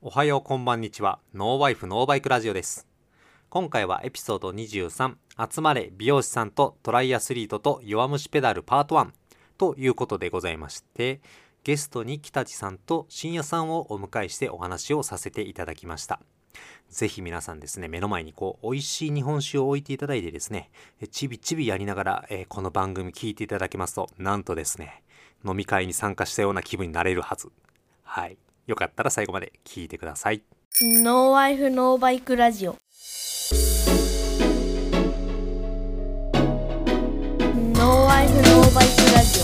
おはようこんばんにちはノーワイフノーバイクラジオです今回はエピソード23集まれ美容師さんとトライアスリートと弱虫ペダルパート1ということでございましてゲストに北地さんと深夜さんをお迎えしてお話をさせていただきましたぜひ皆さんですね、目の前にこう、美味しい日本酒を置いていただいてですね、えちびちびやりながら、えーこの番組聞いていただけますと、なんとですね、飲み会に参加したような気分になれるはず。はい。よかったら最後まで聞いてください。ノーワイフノーバイクラジオ。ノーワイフノーバイクラジ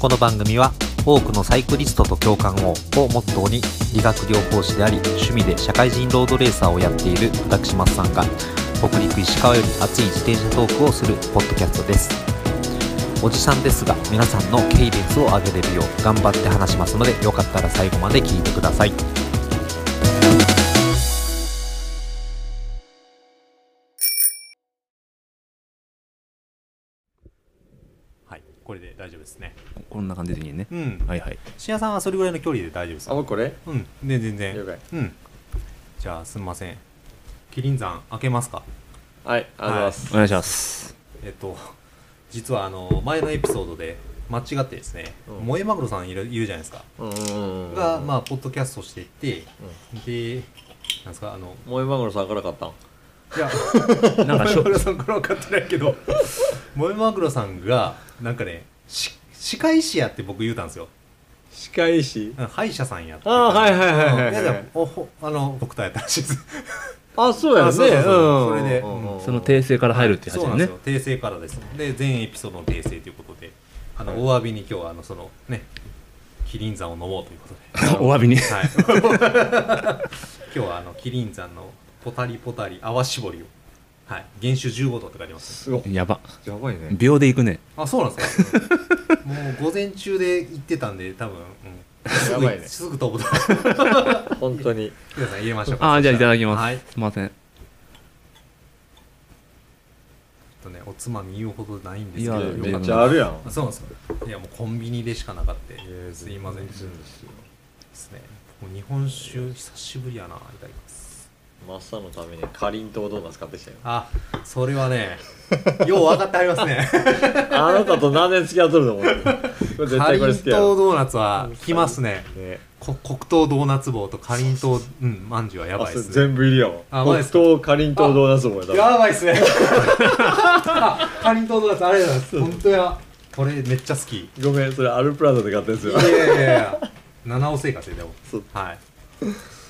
この番組は多くのサイクリストと共感ををモットーに理学療法士であり趣味で社会人ロードレーサーをやっている私松さんが北陸石川より熱い自転車トークをするポッドキャストですおじさんですが皆さんの軽率を上げれるよう頑張って話しますのでよかったら最後まで聞いてくださいはいこれで大丈夫ですねこんな感じでいいね。うんはいはい。しやさんはそれぐらいの距離で大丈夫ですあ、もうこれうんね全然了解うんじゃあすみません麒麟山開けますかはい、ありがとうございます。お願いします。えっと実はあの前のエピソードで間違ってですね、うん萌えマグロさんいるいるじゃないですか、うんうんうん。がまあポッドキャストしてて、でなんですかあの萌えマグロさんから買ったんいやなんか萌えマしょ グロさんからは買ってないけど萌えマグロさんがなんかねし歯科医師やって僕言うたんですよ歯科医師歯医者さんやってああはいはいはいはいはいやでもおほあのドクターやったらしいですあ、そうやね。あそうそうそううんそれでうんうんうんその訂正から入るっていうそうな話んでねす。よ訂正からですで全エピソードの訂正ということであの、お詫びに今日はあのそのねキリン山を飲もうということ でお詫びに。はい今日はあのキリン山のポタリポタリ泡絞りをはい原酒15度って書いてますすごい。や ば。やばいね。秒で行くね。あそうなんですかもう午前中で行ってたんで多分、うん、すやぐ、ばいねすぐ飛ぶと本当に。皆さん入れましょうかああ、じゃあいただきます。はいちょすいません。っとねおつまみ言うほどないんですけどいやよかめったっちゃあるやん。あそうなんですかいやもうコンビニでしかなかったすいません全然ですよですねもう日本酒久しぶりやないただきます。マッサのためにかりんとうドーナツ買ってきたよあそれはね よう分かってありますねあなたと何年付き合っとると 思って。これ 絶か対りこれん好きやとうろ。ドーナツは来ますねね。こ黒糖ドーナツ棒とかりんとううんまんじゅうはやあ、ばいそれですね全部入りやわ。あマジ黒っすか糖かりんとうドーナツもやだ。やばいっすね あかりんとうドーナツありがとうございます本当やこれめっちゃ好きいごめん、それアルプラザで買ったやつよ。やいやいやいや七尾製菓製だもそうはい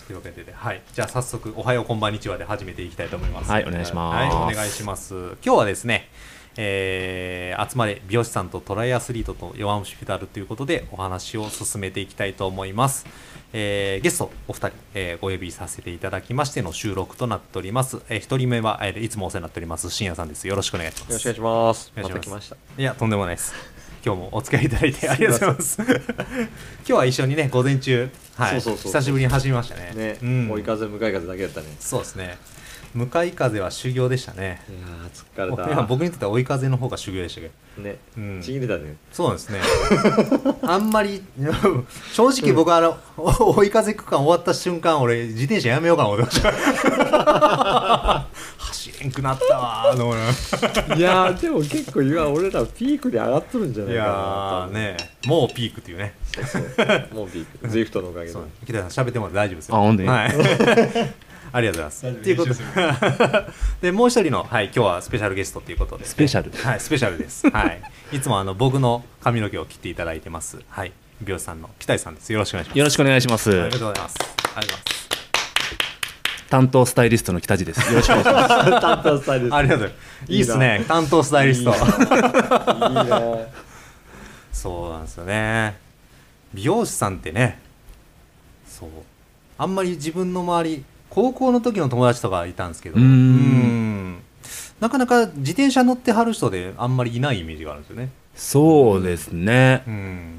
というわけでねはいじゃあ早速おはようこんばんにちはで始めていきたいと思いますはい、お願いしはい、ます。お願いします。今日はですね、えー集まれ美容師さんとトライアスリートと弱虫ペダルということでお話を進めていきたいと思います。えーゲストお二人、えーご呼びさせていただきましての収録となっております。えー一人目は、えーいつもお世話になっております深夜さんです。よろしくお願いします。よろしくお願いします。おま願たいし来まますした。いや、とんでもないです。今日もお付き合いいただいてありがとうございます。今日は一緒にね、午前中、はい、そうそうそう久しぶりに走りましたね。ね、うん追い風向かい風だけやったね。そうですね。向かい風は修行でしたね。いやー、疲れいた。や僕にとっては追い風の方が修行でしたけどね、うんちぎれたね。そうなん ですねあんまり正直僕はあの、追い風区間終わった瞬間俺自転車やめようかな思ってました 走れんくなったわーと思いながいやーでも結構今俺らピークに上がっとるんじゃらないいかやーなねもうピークっていうねそうそうもうピークズイフトのおかげで そう池田さん喋ってもらって大丈夫ですよあほんとに はいありがとうございます大丈夫ということ練習ででもう一人の、はい、今日はスペシャルゲストということでスペシャル。はい、スペシャルです。はい。いつもあの僕の髪の毛を切っていただいてます。はい。美容師さんの北井さんです。よろしくお願いします。よろしくお願いしまあすりが。とうございます。ありがとうございます。担当スタイリストの北地です。よろしくお願い します。担当スタイルですありがとうございます。いいっすね。担当スタイリスト。いいなーそうなんですよね。美容師さんってね、そう。あんまり自分の周り、高校の時の友達とかいたんですけど、うーんんなかなか自転車乗ってはる人であんまりいないイメージがあるんですよね。そうですねう。ん。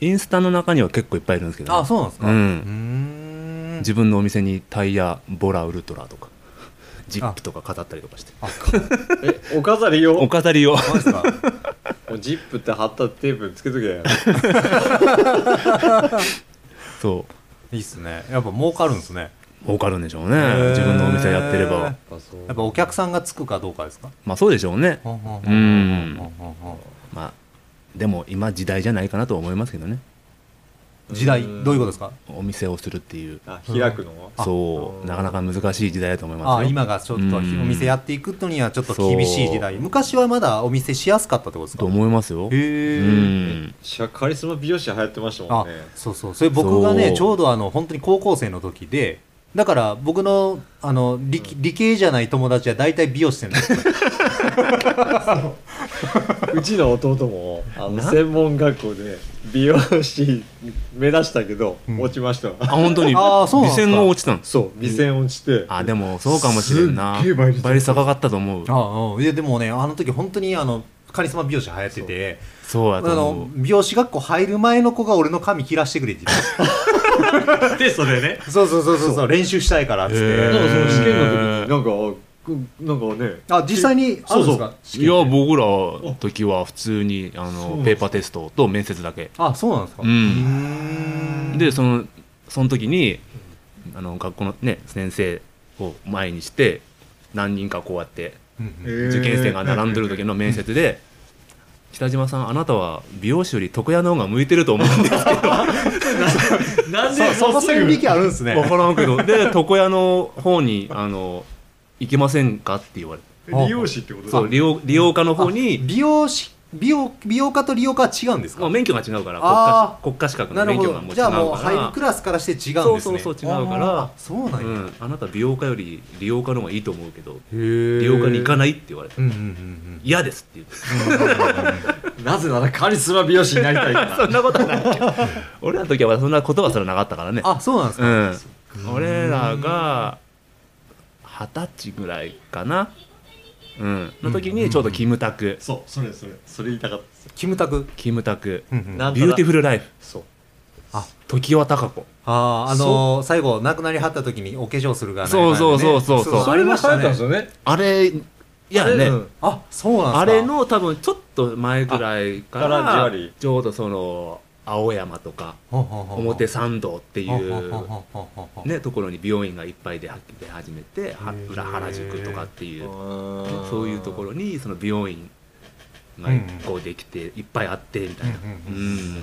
インスタの中には結構いっぱいいるんですけどね、あ、そうなんですか。うんーん自分のお店にタイヤ、ボラウルトラとか、ジップとか飾ったりとかして。えお飾りよおも飾りを。マジですか。うジップって貼ったテープつけとけやそう。いいっすねやっぱ儲かるんですね儲かるんでしょうね自分のお店やってればあそうやっぱお客さんがつくかどうかですかまあそうでしょうねうんんうんまあでも今時代じゃないかなと思いますけどね時代どういうことですかお店をするっていうあ開くのあそうなかなか難しい時代だと思いますよああ今がちょっとおうん店やっていくのにはちょっと厳しい時代昔はまだお店しやすかったってことですかと思いますようへえんシャカリスマ美容師流行ってましたもあんねそうそうそれ僕がねそうちょうどあの本当に高校生の時でだから僕のあの理理系じゃない友達は大体美容してるんですようちの弟もあの専門学校で美容師目指したけど、ん落ちましたあ本当 にあーそうなんで微すか線が落ちたんです そう美線落ちてあでもそうかもしれんなすっげえ倍率倍率高かったと思うああいやでもねあの時本当にあのカリスマ美容師流行っててそうあやと思の美容師学校入る前の子が俺の髪切らしてくれって言ってでそれねそうそうそうそうそう練習したいからっつって、へなんえかその試験の時になんかなんかねあ実際にあるんですかういや僕らの時は普通にあそうなんのだペーパーテストと面接だけあそうなんですか、ううんーんでそのその時にあの学校のね先生を前にして何人かこうやってうんうん受験生が並んでる時の面接で「北島さんあなたは美容師より床屋の方が向いてると思うんですけど」なんそその線引きあるんですね分からんけどで床屋の方にあの行けませんかって言われて理理容容師ってことそう利用利用家の方に美容師美容美容家と利用家は違うんですまか、あ、免許が違うから国あ家国家資格なのる免ほ許がもどう違うじゃかあもう入るらクラスからして違うんですねそうそうそう違うからあーそうなんうや、へん、あなた美容家より利用家の方がいいと思うけどえ利用家に行かいないって言われてうんうんうん嫌ですって言ってなぜならカリスマ美容師になりたいか らそんなことはないけど 俺らの時はそんな言葉すらなかったからねあそうなんですうか、ん俺らが二十歳ぐらいかなうんの時にちょうどキムタクそうそれそれそれ言いたかったですよキムタク、キムタクうんうん、なあんビューティフルライフそう時は貴子あーあのー最後亡くなりはった時にお化粧するがないそうそうそうそうそうありました流行ねよねあれいやね、うんあそうなんですかあれの多分ちょっと前ぐらいからあからじわりちょうどその青山とかほんほんほんほん表参道っていほんほんほんほうんほんほんほんねところに美容院がいっぱい出出始めてはへー裏原宿とかっていうねあーそういうところにその美容院がうんこうできていっぱいあってみたいなうんうんうん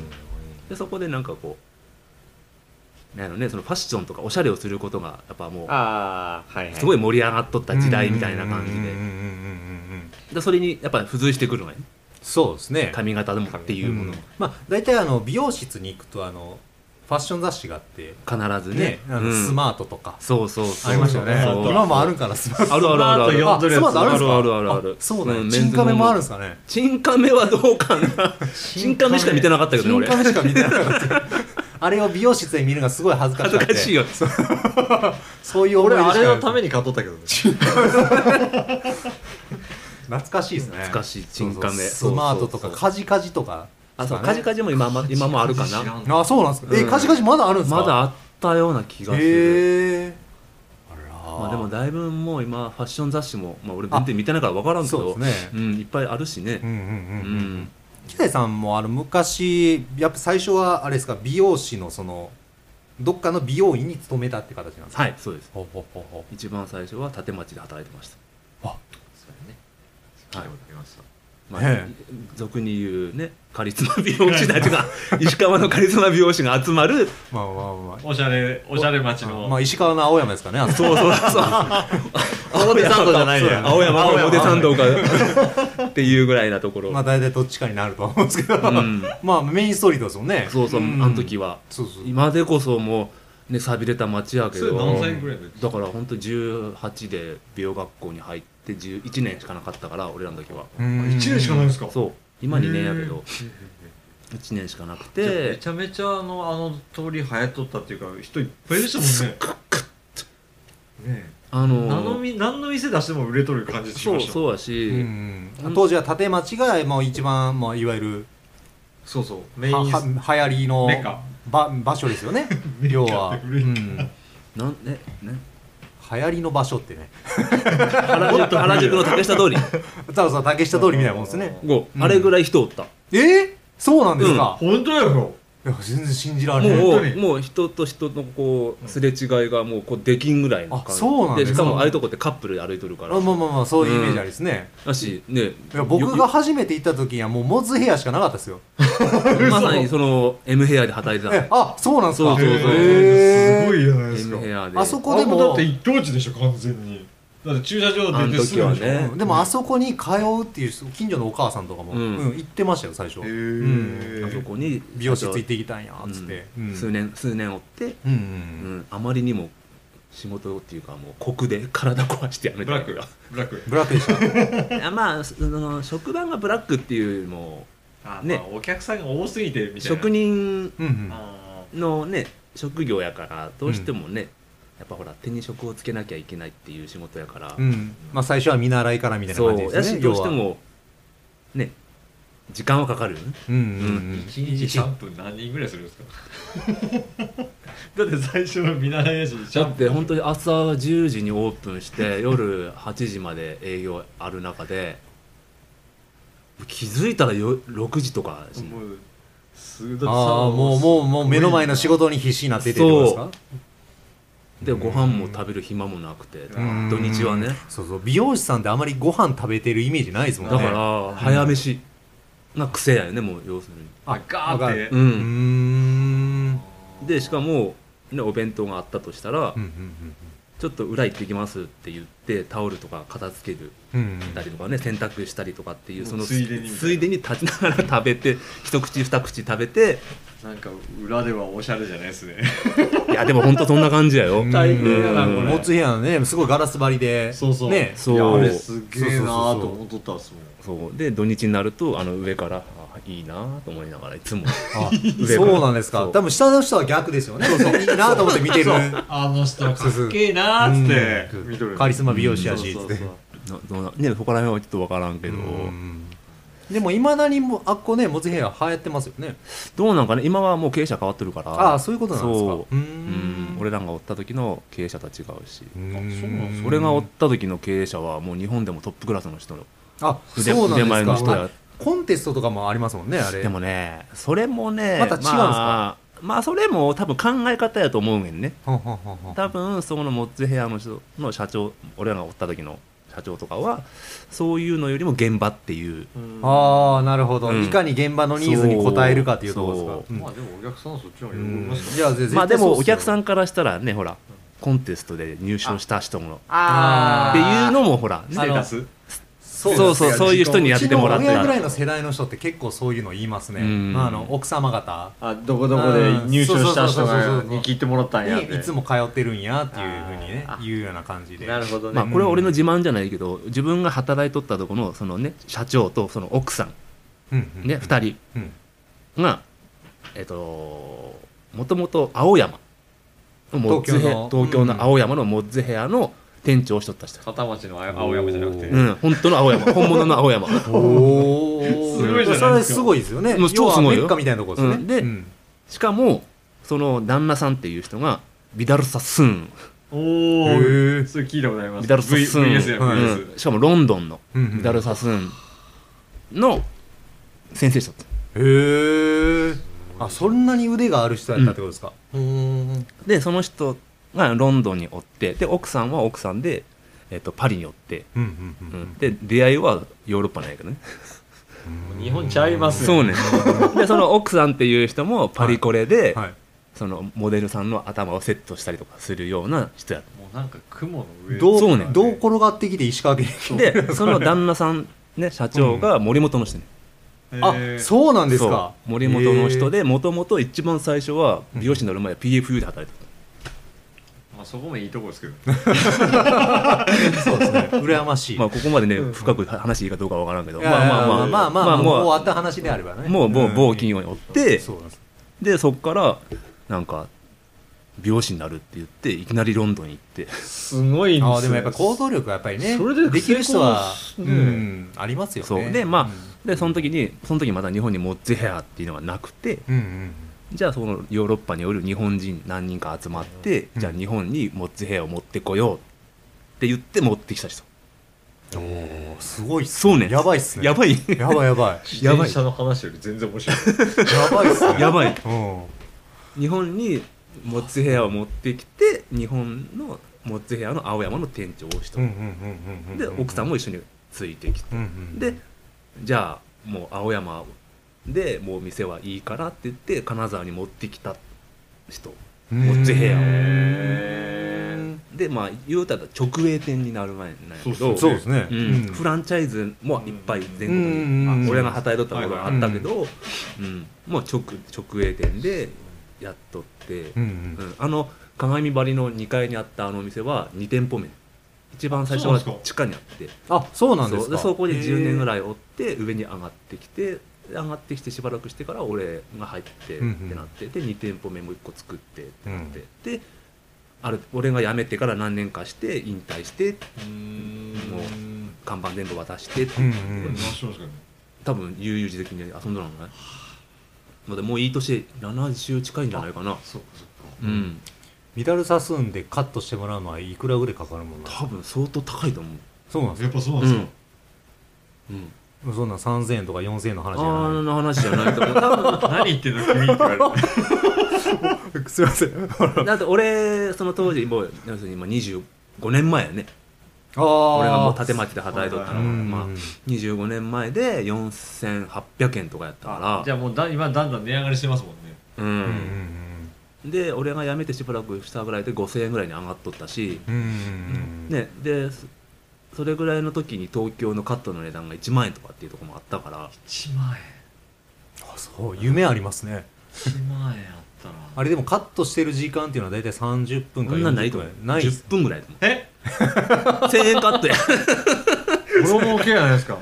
でそこでなんかこうなんやろねそのファッションとかおしゃれをすることがやっぱもうああはいはいすごいい盛り上がっとった時代みたいな感うんうんうじんうんうんでうんでそれにやっぱ付随してくるのがねそうですね髪型でもっていうものんまあ大体あの美容室に行くとあのファッション雑誌があって必ずねねあうのんスマートとかそうそうそうありましたよねそう今もあるんかなスマートあるあるあるあるあスマートあるんですかあるあるあるそうなうんんやチンカメもあるんですかねチンカメはどうかなチンカメしか見てなかったけどねチン俺カメしか見てなかったあれを美容室で見るのがすごい恥ずかしか恥ずったかしいよそういう思い俺出しかあないれのために買っとったけどね懐かしいですね懐かしいチンカメそうそうスマートとそかうそうカジカジとかあそうカジカジも今ま今もあるか知らなんあそうなんですかえうんカジカジまだあるんですかまだあったような気がするへえあらまあでもだいぶもう今ファッション雑誌もまあ俺全然見てないから分からんけそどうですねうんいっぱいあるしねうんうんうんううんん北井さんもあの昔やっぱ最初はあれですか美容師のそのどっかの美容院に勤めたって形なんですかはいそうですほうほうほうほう一番最初は立町で働いてましたそうやねはい聞いたことありましたまあね、俗に言うねカリスマ美容師たちが石川のカリスマ美容師が集まるまあまあまおしゃれおしゃれ町あのまあ石川の青山ですかねあそこそうそうそう表参道じゃないのよ青山か表参道か っていうぐらいなところ、まあ大体どっちかになるとは思うんですけど、んまあメインストリートですもんねそうそう、んあの時はそうそう今でこそもうね寂れた町やけそれ何ど歳ぐらいの時だから本当18で美容学校に入って11年しかなかったから俺らの時はうん一年しかないんですかそう今2年やけど1年しかなくじゃあめてちゃめちゃあのあの通り流行っとったっていうか人いっぱいでしたもんねあねえ何ののみ何の店出しても売れとる感じしそまうしたそもんうやし、うん当時は立町がもう一番、まあ、いわゆるそうそうメインはは流行りのメカば場所ですよねメカ要は、ってう古いん、流なんねね行りの場所ってね原宿原宿の竹下通りたださ竹下通りみたいなもんですねこううんあれぐらい人おった、えー、そうなんですか、本当やよえいや全然信じられないも本当うにもう人と人のこうすれ違いがもうこうできんぐらいのあ感じそうなんでですねしかもああいうとこってカップルで歩いとるかあらまあまあまあそういうイメージありですね、だしねいや僕がよ初めて行った時にはもうモズヘアしかなかったですよよまさにその M ヘアで働いてたえあそうなんですかそうそうそうへーへーすすごごいいよいいじゃないですか M ヘアであそこあでれもだもって一等地でしょ完全にだって駐車場出てすぐあので時しはょ、ねうんでもあそこに通うっていう人近所のお母さんとかも、ううんん行ってましたよ最初、へうんあそーこに美容室ついていきたいんやっつって、うん数年数年おって、うんうんううんん、あまりにも仕事っていうかもう酷で体壊してやめブたラックがブラックブラックでした あまあその職場がブラックっていうよりもあねね、まあお客さんが多すぎてみたいな職人うんうんあのね職業やからどうしてもね、やっぱほら手に職をつけなきゃいけないっていう仕事やから、うんまあ、最初は見習いからみたいなそ感じでうすやねしどうしてもね時間はかかるよね要はうんうんうんー1日3分何人ぐらいするんですか だって最初の見習いやしだって本当に朝10時にオープン して夜8時まで営業ある中で気づいたらよ6時とかだしもうすごいああもうもうもう目の前の仕事に必死になってってことですかでご飯も食べる暇もなくて土うん日はねそうそう美容師さんってあまりご飯食べてるイメージないですもんだねから早飯が癖やよねもう要するにあガーってわううーんんでしかもねお弁当があったとしたらうんうんちょっと裏行ってきますって言ってタオルとか片付けるうんうんたりとかね洗濯したりとかっていうそのついでにみたいなついでに立ちながら食べて一口二口食べてなんか裏ではおしゃれじゃないです ねいやでも本当そんな感じやようん大変やなうんこれ持つ部屋のねすごいガラス張りでそうそうねそういやあれすげえなーと思っとったっすもんそうで土日になるとあの上からあいいなと思いながらい つもあ上そからうなんですそかう多分下の人は逆ですよねいいなと思って見てるあの人かっけえなーっつって見とるカリスマ美容師やしそうそうそうなどうなねそこら辺はちょっと分からんけどうんでもいまだにもうあっこね持つ部屋流行ってますよねどうなんかね今はもう経営者変わってるからああそういうことなんですかそううーうんん俺らがおった時の経営者とは違うしうーんそうなんです俺がおった時の経営者はもう日本でもトップクラスの人のあ腕そうなん腕前のです人かやあコンテストとかもありますもんねあれでもねそれもねまた違うんすかまあ、まあそれも多分考え方やと思うねんねほんほんほんほん多分そのモッツヘアの人の社長俺らがおった時の社長とかはそういうのよりも現場っていうああなるほど、うんいかに現場のニーズに応えるかっていうところですかそううんまあでもお客さんはそっちの方うが喜びんますからいやぜまあでもお客さんんからしたらねほらコンテストで入賞した人もあっていうのもほら、ねあの出すそそうそうそういう人にやってもらっうてちの親ぐたらいの世代の人って結構そういうの言いますね、うんあの奥様方あどこどこで入賞した人うんそうそうそうがそうに聞いてもらったんやにでいつも通ってるんやっていうふうにねあー言うような感じでなるほどね、まあ、これは俺の自慢じゃないけど自分が働いとったとこのその、ね、社長とその奥さん、うんうんね2うん人が、えっともともと青山モッツヘ東京の東京の青山のモッツヘアの店長をしとった人、片町の青山じゃなくてうん、本当の青 山本物の青山おおすごいじゃないですかそれすごいですよねもう超すごいよ要はメッカみたいなとこですよね、うんでしかもその旦那さんっていう人がビダルサスーン、おへおーそれ聞いたことありますビダルサス V- ーン VS やはいう VS うんしかもロンドンのうんうんビダルサスーンの先生しとったへえあそんなに腕がある人やったってことですかうんでその人がロンドンにおってで奥さんは奥さんで、えっとパリにおって、うんうんうんうんで出会いはヨーロッパなんやけどね日本ちゃいますそうねでその奥さんっていう人もパリコレで、はいそのモデルさんの頭をセットしたりとかするような人やっもうなんか雲の上どうそうねどう転がってきて石川県たでその旦那さんね社長が森本の人ね、あそうなんですかそう森本の人へでもともと一番最初は美容師になる前は PFU で働いてた、まあそこもいいとこですけどえそうですね羨ましいまあここまでね深く話いいかどうかわからんけどいやまあまあまあまあまあまあもう終もわった話であればねうもう某ん某企業におって、そうなんですでそっからなんか美容師になるって言っていきなりロンドンに行ってすごいんですよあでもやっぱ行動力はやっぱりねそれでできる人は成功すうるんありますよそうねでまあでその時にその時まだ日本にモッツヘアっていうのがなくてうんうんじゃあそのヨーロッパにおる日本人何人か集まってうんじゃあ日本にモッツヘアを持ってこようって言って持ってきた人おーすごいっすそうねやばいっすねやばいやばいやばい やばい自転車の話より全然面白い。やばいっすねやばいうん日本にモッツヘアを持ってきて日本のモッツヘアの青山の店長をしうとんうんる、うんうんうんで奥さんも一緒についてきて、うんうんでじゃあもう青山でもう店はいいからって言って金沢に持ってきた人モッツヘアをでまあ言うたら直営店になる前なんやけどそうそうですねうんフランチャイズもいっぱい全国うに、んうんうんあ俺が働いとったことがあったけど、うんもう直直営店でやっとって、うんうんあの鏡張りの2階にあったあのお店は2店舗目一番最初そうなんはです地下にあってあそうそなんですうかそこで10年ぐいらいおって上に上がってきてで上がってきてしばらくしてから俺が入ってってうんうんなって、で2店舗目も1個作ってってなって、うである俺が辞めてから何年かして引退してもう看板全部渡してっていう、うんうん面白いですけどね多分悠々自適に遊んどるのねのでもういい年70近いんじゃないかなそうかそうか。うんミダルサスーンでカットしてもらうのはいくらぐらいかかるもんな多分相当高いと思うそうなんですやっぱそうなんですか。うん、よそんなん3000円とか4000円のあ話じーあゃの話じゃないと思う多分何言ってんの君って言われる。ないすいませんあ だって俺その当時もう要するに今25年前やねあ俺がもう建町で働いとったのが、うんまあ、25年前で4800円とかやったからじゃあもうだ今だんだん値上がりしてますもんね。ううんうんんで俺が辞めてしばらくしたぐらいで5000円ぐらいに上がっとったし、うんうんね、でそそれぐらいの時に東京のカットの値段が1万円とかっていうところもあったから1万円。あそう夢ありますね1万円あったら。あれでもカットしてる時間っていうのは大体30分かそんなんな40いと分思うないっす10分ぐらいと思えう 1000円カ ットやこれも OK じゃないですか。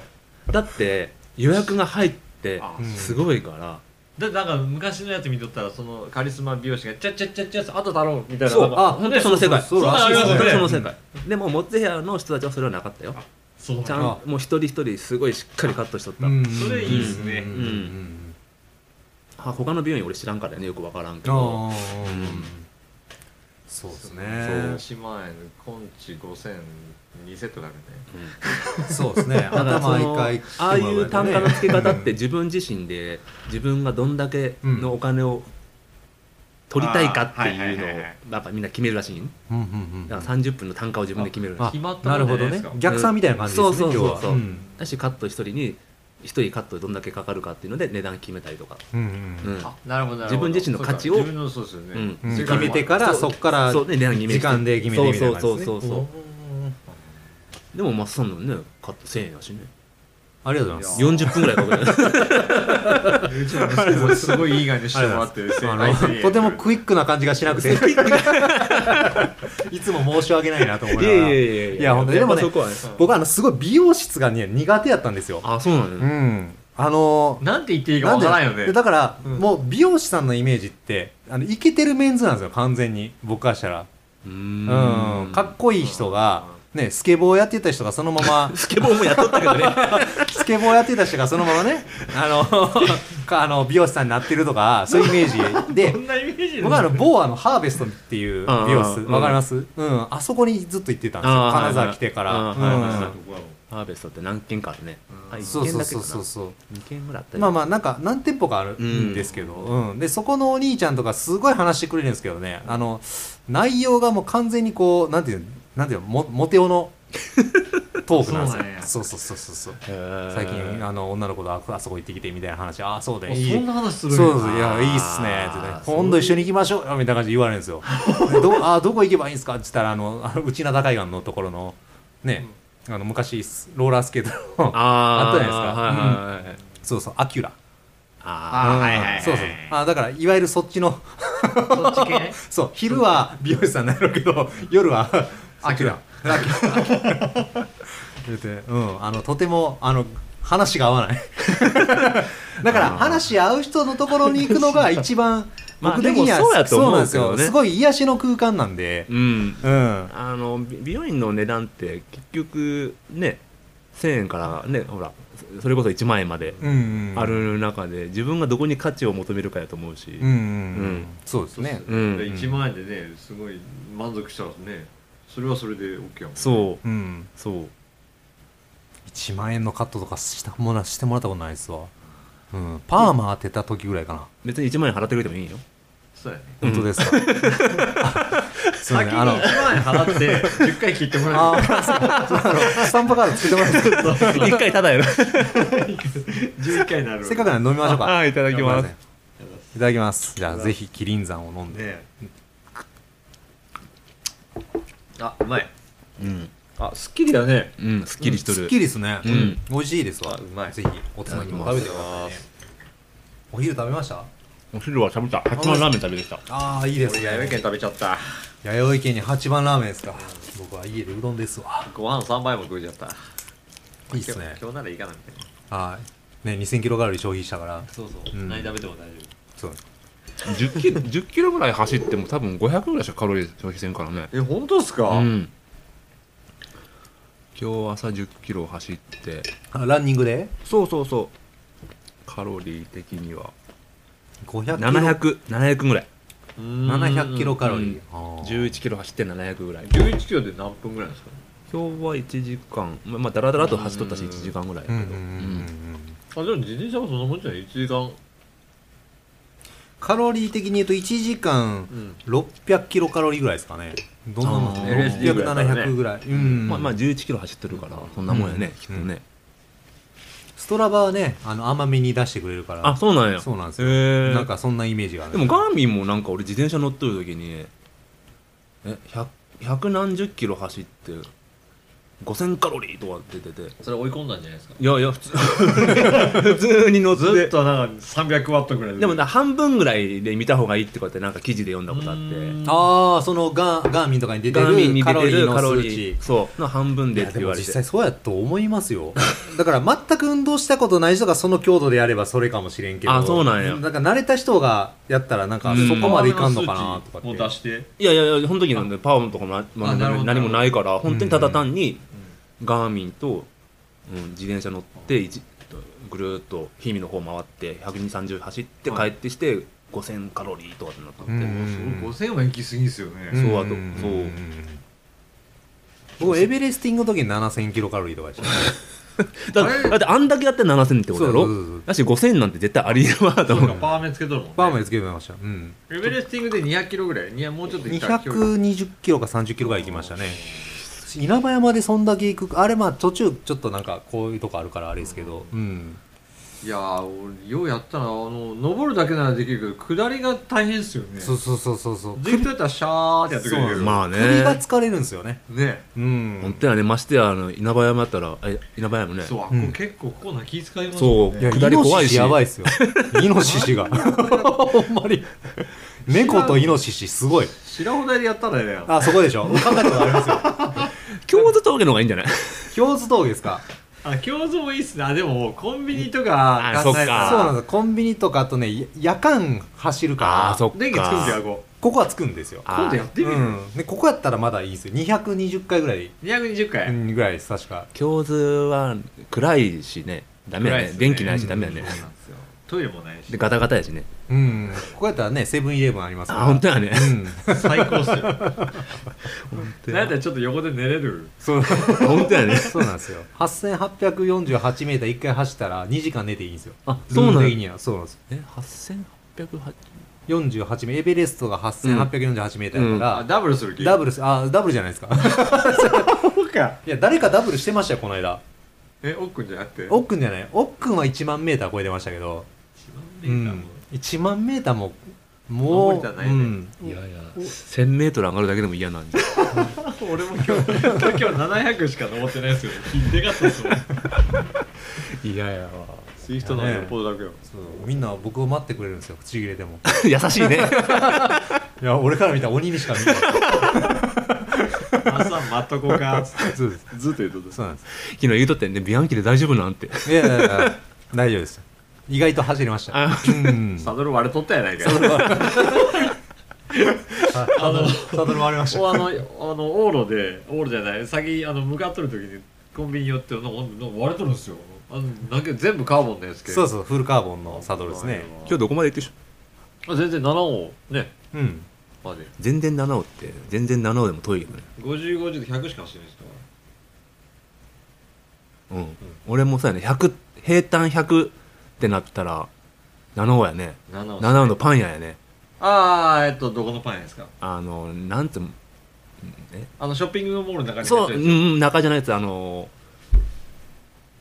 だって予約が入ってあすごいから。だってなんか昔のやつ見とったらそのカリスマ美容師が「ちゃっちゃっちゃっちゃっあと頼む」みたいなそうなんかあその世界そうそうらしいですそうねそうその世界でもモッツヘアの人たちはそれはなかったよそうちゃんあもう一人一人すごいしっかりカットしとった、それいいっすねうんうんあ他の美容院俺知らんからねよく分からんけうんどああうんうんそうですそうね1万円コンチ5002セットだけねそうですねだから頭そ一のあ回切ってもあらいえばねう単価の付け方って自分自身で自分がどんだけのお金を取りたいかっていうのをあーはいはいはいはやいっぱみんな決めるらしいんうんうんうだんから30分の単価を自分で決めるらあしい決まったなるもほんじどねゃないですか逆算みたいな感じですね今うん日そうそうはそうそううんだしカット一人に一人カットどんだけかかるかっていうので値段決めたりとか、うんううんん、あなるほどなるほど自分自身の価値をそうか自分のそうですよねううんそれ決らめてからそそうっからそうね値段決め時間で決めてみたいな感じそうですねそうそうそうでもまっさんのねカット1000円だしねありがとうございます40分ぐらいかかるうち の息子もすごいいい感じしてもらってあ愛するのとてもクイックな感じがしなくていつも申し訳ないなと思 いながらいやいや本当にでもねそこはね僕あのすごい美容室がね苦手やったんですよあそうなのうねんあのなんて言っていいかわからんよでねだから、うんもう美容師さんのイメージってあのイケてるメンズなんですよ完全に僕からしたらううんーんかっこいい人が、ね、スケボーやってた人がそのまま スケボーもやっとったけどね スケボーやってた人がそのままねあの かあの美容師さんになってるとかそういうイメージでそんなイメージ僕はあの某あのハーベストっていう美容室うんわかりますうんあそこにずっと行ってたんですあよー金沢来てからはいはいはいうんハーベストって何軒かあるねあそ1う軒そうだけそうかそうなそう2軒ぐらいあったまああまあなんか何店舗かあるんですけど、うんでそこのお兄ちゃんとかすごい話してくれるんですけどねあの内容がもう完全にこうなんていうのなんていうのモモテオ のトークなんそうなんでやすよそうそうそうそうそう最近あの女の子とああそこ行ってきてみたいな話ああそうだあいいそんな話すそるうんそうやいやいいっすねってねあー今度一緒に行きましょうよみたいな感じで言われるんですよでどあーどこ行けばいいんですかって言ったらあの あの内灘海岸のところのね、あの昔ローラースケートのああったじゃないですか、はいはいはいそうそうアキュラああはいはいはいそうそうあだからいわゆるそっちの そっち系ねそう昼は美容師さんになるけど夜 はそっちだアキラ 言うてうんあのとてもあの話が合 わないだから話合う人のところに行くの が一番まあ僕的にはでもそうやと思うなんですけどよねすごい癒しの空間なんでー うんうんあのび美容院の値段って結局ね1000円からねほらそそれこそ1万円までうんある中で自分がどこに価値を求めるかやと思うし、うんうんそうですねうんで1万円でねすごい満足したらねそれはそれで OK やもんそううんそう1万円のカットとかしたもらしてもらったことないですわ、うん、パーマ当てた時ぐらいかな、別に1万円払ってくれてもいいよ そうやね本当です かあすいませ先にんあ の1万円払って10回切って もらあーそうあのスタンプカードつけてもら って1回ただやろえる11回になるせっかくなんで飲みましょうか あーいただきますすいただきますじゃあぜひキリン山を飲んで、ねあうまいうん、あすっきりだねうん、すっきりしとる、すっきりですね、うん美味しいですわうまいぜひおつまみも食べてくださいねお昼食べましたお昼は食べた八番ラーメン食べてきたああいいですね弥生県食べちゃった弥生県に八番ラーメンですか僕は家でうどんですわご飯3杯も食うちゃったいいっすね今日今日ならいいかなみたいなはいね2000キロカロリー消費したからそうそうう、ん何食べても大丈そう10キロ10キロ ぐらい走っても多分500ぐらいしかカロリー消費せんからねえ本当ですか、うん今日朝10キロ走ってあランニングでそうそうそうカロリー的には500キロ700700ぐらい夫700キロカロリーあー11キロ走って700ぐらい11キロで何分ぐらいなんですか今日は1時間ままあだらだらと走っとったし1時間ぐらいやうんうんけどうんうんあでも自転車もそんなもんじゃない1時間カロリー的に言うと1時間うん600キロカロリーぐらいですかねどんなもんあですーか LSD ぐらいだね600700ぐらいうんまあまあ11キロ走ってるからそんなもんやね、うんきっとね、ストラバはねあの甘めに出してくれるからあそうなんやそうなんですへよ、えなんかそんなイメージがあるでもガーミンもなんか俺自転車乗っとる時にえ百百何十キロ走って5000カロリーとか出ててそれ追い込んだんじゃないですかいやいや普通 普通に乗っずってとなんか300ワットぐらいでもな半分ぐらいで見た方がいいってことでなんか記事で読んだことあってああそのガーガーミンとかに出てガーミンにる出カロてリーるのカロ数リ値ーそうの半分いでっやてで言もわれて実際そうやと思いますよだから全く運動したことない人がその強度でやればそれかもしれんけどあそうなんやなんか慣れた人がやったらなんかうんそこまでいかんのかなとかってもう出していやいやいやその時なんでパワーとかもな、まああなるほど何もないから本当にただ単にガーミンと、うん、自転車乗って一ぐるーっと氷見の方回って12030走って帰はいってして5000カロリーとかってなったって、うん5000は行き過ぎですよねそうあとんそうん僕エベレスティングの時に7000キロカロリーとかでした だってだってあんだけやって7000ってこそうそうそうとだそろうだし5000なんて絶対ありえんわとそう思かうパワーメンつけとるもん、ね、パーマでつけてもらいましたうんエベレスティングで200キロぐらいいやもうちょっと行った220キロか30キロぐらい行きましたね稲葉山でそんだけ行くあれまあ途中ちょっとなんかこういうとこあるからあれですけどうんいやー俺ようやったなあの登るだけならできるけど下りが大変っすよねそうそうそうそうそうずっとやったらシャーって やってくれるけどまあ首がね疲れるんですよねねうん本当やねましてやあの稲葉山やったらえ稲葉山ねそうあ、うんこれ結構ここな気遣いますそよういや下り怖イノシシいしやばいっ すよイノシシがほんまに猫とイノシシすごい白穂台でやったらええやんあそこで しょ考えたことありますよ京都峠の方がいいんじゃない 京津峠ですかあ京都もいいっすねあでもコンビニとかあそっかガスそ屋うさんなんですコンビニとかあとねや夜間走るからあーそっか電気つくんじゃんこここはつくんですよあー今度やってみる、うん、でここやったらまだいいですよ220回ぐらい220回、うんぐらいです確か京都は暗いしねダメや暗いねっすね電気ないしダメやね、そうなんですよトイレもないしでガタガタやしねうんここやったらねセブンイレブンありますからあ本当やねうん最高っすよなんやったらちょっと横で寝れるそう本当やねそうなんですよ 8848m1 回走ったら2時間寝ていいんですよあルールや的にはそうなんですよえ8808 48エベレストが 8848m やあから、ダブルする気ダブルすあダブルじゃないですか ルかいや誰かダブルしてましたよこの間 えおっくんじゃなくておっくんじゃないおっくんは1万メーター超えてましたけど、一う番いいかもん、1万メーターももう守りたないねうん、いやいや 1000m 上がるだけでも嫌なんで俺も今日今日700しか登ってないですよでかったっす もん嫌やわスイフトの方がよっぽど楽よそうみんな僕を待ってくれるんですよ口切れでも 優しいねいや俺から見たら鬼にしか見えない朝待っとこうかっつってそうですずっと言うとったそうなんです昨日言うとってねビアンキで大丈夫なんていやいやいや大丈夫です意外と走りましたあうんサドル割れとったやないかいあサドルサドルもありましおあのあの往路で往路じゃない先あの向かっとる時にコンビニ寄ってなんかなんか割れとるんですよあのなんか全部カーボンのやつたけそうそうフルカーボンのサドルですね今日どこまで行ってしょあ全然7をねうんマジ全然7をって全然7をでも遠いけどね5050で100しか走ってないですかうん、俺もそうやね100平坦100ってなったら七尾やね7七尾のパン屋やねああえっとどこのパン屋ですかあのなんつうんえあのショッピングモールの中にそう、入うっんてるやうん、中じゃないやつあの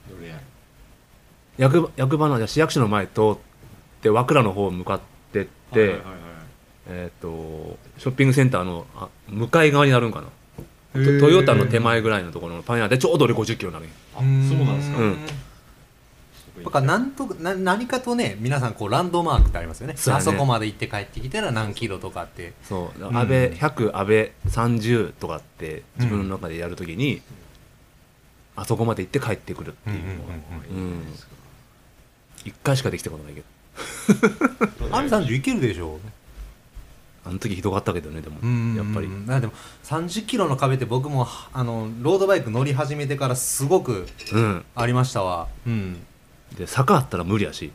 つどれや役場役場のじゃあ市役所の前通って和倉の方向かってって、はいはいはいはいえっ、とショッピングセンターのあ向かい側になるんかなトトヨタの手前ぐらいのところのパン屋でちょうど俺50キロになるんよあそうなんですかうん僕だからなんとな何かとね皆さんこうランドマークってありますよねそうやあねそこまで行って帰ってきたら何キロとかってそう、ん安倍100安倍30とかって自分の中でやるときに、あそこまで行って帰ってくるっていう、うん1回しかできたことないけどアンさんいけるでしょあの時ひどかったけどねでも、うんやっぱりなでも30キロの壁って僕もはあのロードバイク乗り始めてからすごくうんありましたわうんで坂あったら無理や し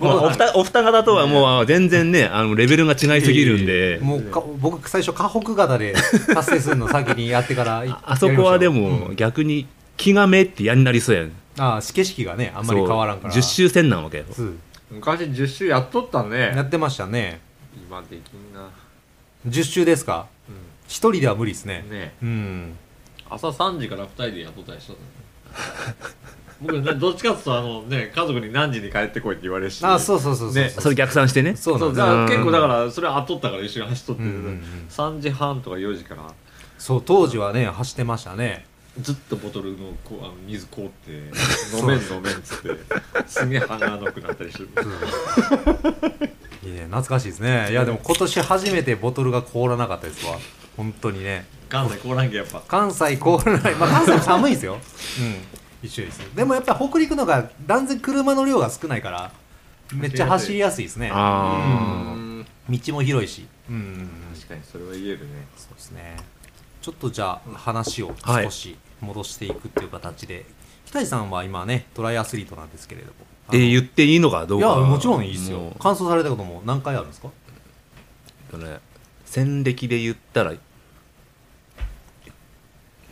まあお二お二方とはもう全然ねあのレベルが違いすぎるんでもうか僕最初河北型で達成するの先にやってからい ああそこはでやりましたよも逆に気がめってやんなりそうやんああ景色がねああんまり変わらんから10周せんなんわけよそう昔10周やっとったやねってましたね今できんな10周ですかう一人では無理ですねんねうん朝3時から2人でやっとったりしとったね 僕ねどっちかっていうとあのね家族に何時に帰ってこいって言われるしああそううそうそうそうねそうそれ逆算してねそうなんでだすかうらん結構だからそれあっとったから一緒に走っとって、うんうんうん3時半とか4時からそう当時はね走ってましたねずっとボトルのこうあの水凍って 飲めん飲めんっつってすげえ鼻がのくなったりするいいね懐かしいですねいやでも今年初めてボトルが凍らなかったですわ本当にね関西高ランやっぱ関西凍らないまあ関西寒いですようん一緒ですでもやっぱ北陸のが断然車の量が少ないからめっちゃ走りやすいですねあ道も広いしうん確かにそれは言えるねそうですねちょっとじゃあ話をはい少し戻していくっていう形で、北井さんは今ねトライアスリートなんですけれどもあで言っていいのかどいうかやもちろんいいですよもう完走されたことも何回あるんですかえっとね戦歴で言ったら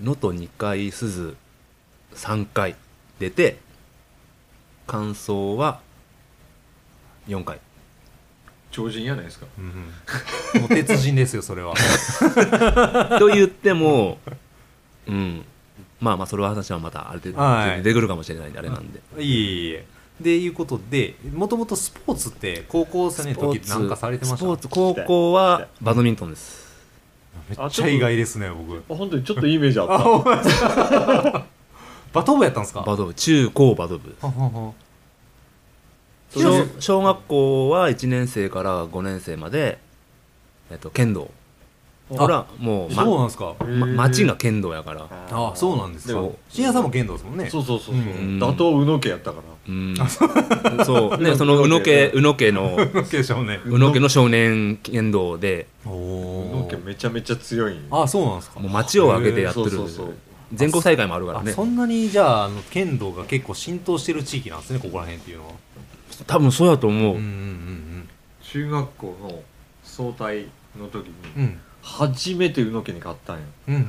能登2回鈴3回出て感想は4回超人やないですかもう鉄人ですよそれはと言っ てもうんまあまあそれは話はまたあれで、はい出てくるかもしれないんであれなんで いえいえでいうことでもともとスポーツって高校生の時ってなんかされてましたスポーツ高校はバドミントンですめっちゃ意外ですね僕あ本当にちょっといいイメージあったあお前バト部やったんですかバド部中高バド部ははは小小学校は1年生から5年生まで、えっと、剣道これはもう、まそうなんですかま町が剣道やからあそうなんですでかも深夜さんも剣道ですもんねそうそうそうそう、うん打倒宇野家やったからうんそ うねその宇野家宇野家のでしょうね宇野家の少年剣道でお宇野お家めちゃめちゃ強いんよあそうなんですかもう町を挙げてやってへるーそうそうそう全国大会もあるからあねそんなにじゃああの剣道が結構浸透してる地域なんですねここら辺っていうのは多分そうやと思うんう、うん中学校の総体の時にうんうん初めて宇野家に買ったんようんうんうん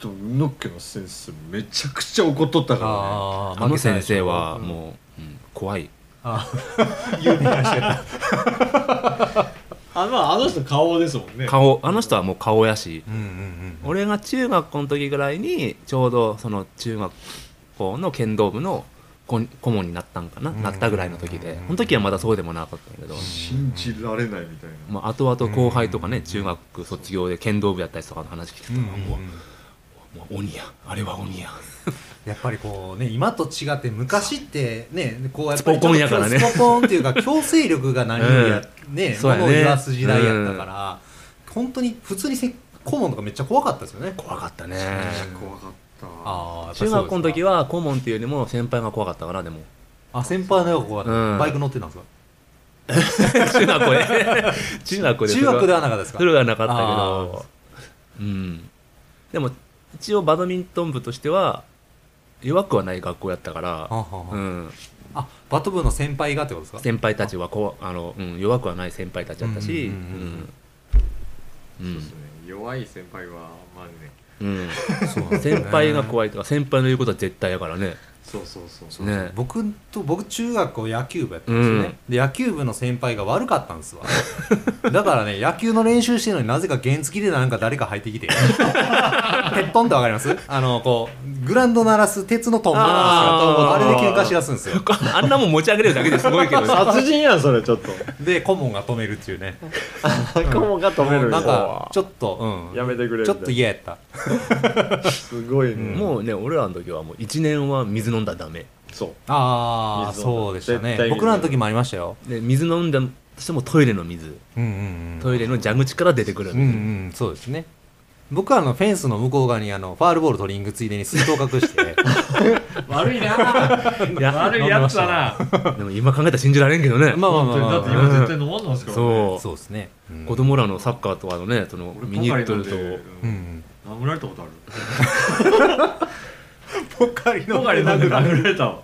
でも宇野家の先生めちゃくちゃ怒っとったかあーあの先生はうもう、うん怖いあ 有名な人やっらねあまああの人顔ですもんね顔あの人はもう顔やし、たうんうんうん俺が中学校の時ぐらいにちょうどその中学校の剣道部の顧顧問になったんかな、うんなったぐらいの時でその時はまだそうでもなかったんだけど、信じられないみたいなまあ、後々後輩とかね、中学卒業で剣道部やったりとかの話聞いてたら、うんうんもうんうもう鬼やあれは鬼ややっぱりこうね今と違って昔ってねこうやっぱりスポコンやからねちょっとスポコンって いうか強制力が何よりや、ねそうもやねのを言わす時代やったから、本当に普通にせ顧問とかめっちゃ怖かったですよね怖かったね怖かったあー中学校の時はは顧問っていうよりも先輩が怖かったから でもあ先輩の方が怖かった、うんバイク乗ってたんですか中学校で中学校でそ中れは学ではなかったですかそれはなかったけどうんでも一応バドミントン部としては弱くはない学校やったからはんはんはうんん、あバト部の先輩がってことですか先輩たちはこうあの、うん、弱くはない先輩たちだったしううんんそうですね弱い先輩はまあねうん、先輩が怖いとか先輩の言うことは絶対やからねそうそうそうそうね僕と僕中学校野球部やったんですよね、で野球部の先輩が悪かったんですわ だからね野球の練習してるのになぜか原付でなんか誰か入ってき て鉄トンってわかりますあのこうグラウンド鳴らす鉄のトンボなんですけどあれで喧嘩しだすんですよあんなもん持ち上げれるだけですごいけどね 殺人やんそれちょっとで顧問が止めるっていうね子もが止めるんなやんかちょっと、うん、やめてくれるちょっと嫌やったすごいね、んもうもうね俺らの時はもう1年は水飲んだらダメそうああ水をそうでした絶ね対水僕らの時もありましたよで水飲んだとしてもトイレの水うんうんうんトイレの蛇口から出てくるうんうんそうですね僕はあのフェンスの向こう側にあのファールボールトリングついでに水筒隠して 悪いな悪いやつだなでも今考えたら信じられんけどね、まあまあまあ、まあ、だって今絶対飲まんなんですからねそうそうですね、うん子供らのサッカーとかのねその俺ミニポッカリト飲んルでとううんうんん殴られたことあるポカリポカリ飲んで殴られたわ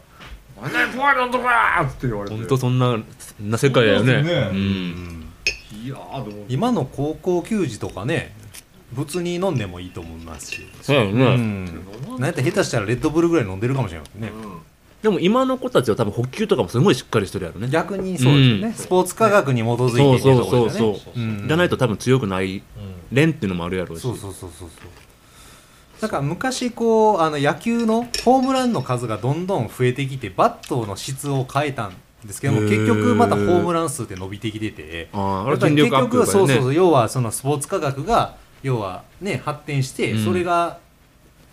何だよポカリ飲んどこやって言われて本当そんなそんな世界だよねそうですようねん、いやーでも今の高校球児とかね普通に飲んでもいいと思いますし、そうやろね、うん、なんやったら下手したらレッドブルぐらい飲んでるかもしれないですね、でも今の子たちは多分補給とかもすごいしっかりしてるやろね逆にそうですよね、うんスポーツ科学に基づいてそうっていそうとこそうろですよそねう、うんじゃないと多分強くない連っていうのもあるやろうしそうそうそうそうそうだから昔こうあの野球のホームランの数がどんどん増えてきてバットの質を変えたんですけどもへー結局またホームラン数って伸びてきててあああやれっぱり結筋力アップ局だはそようねそうそう要はそのスポーツ科学が要はね発展してうんそれが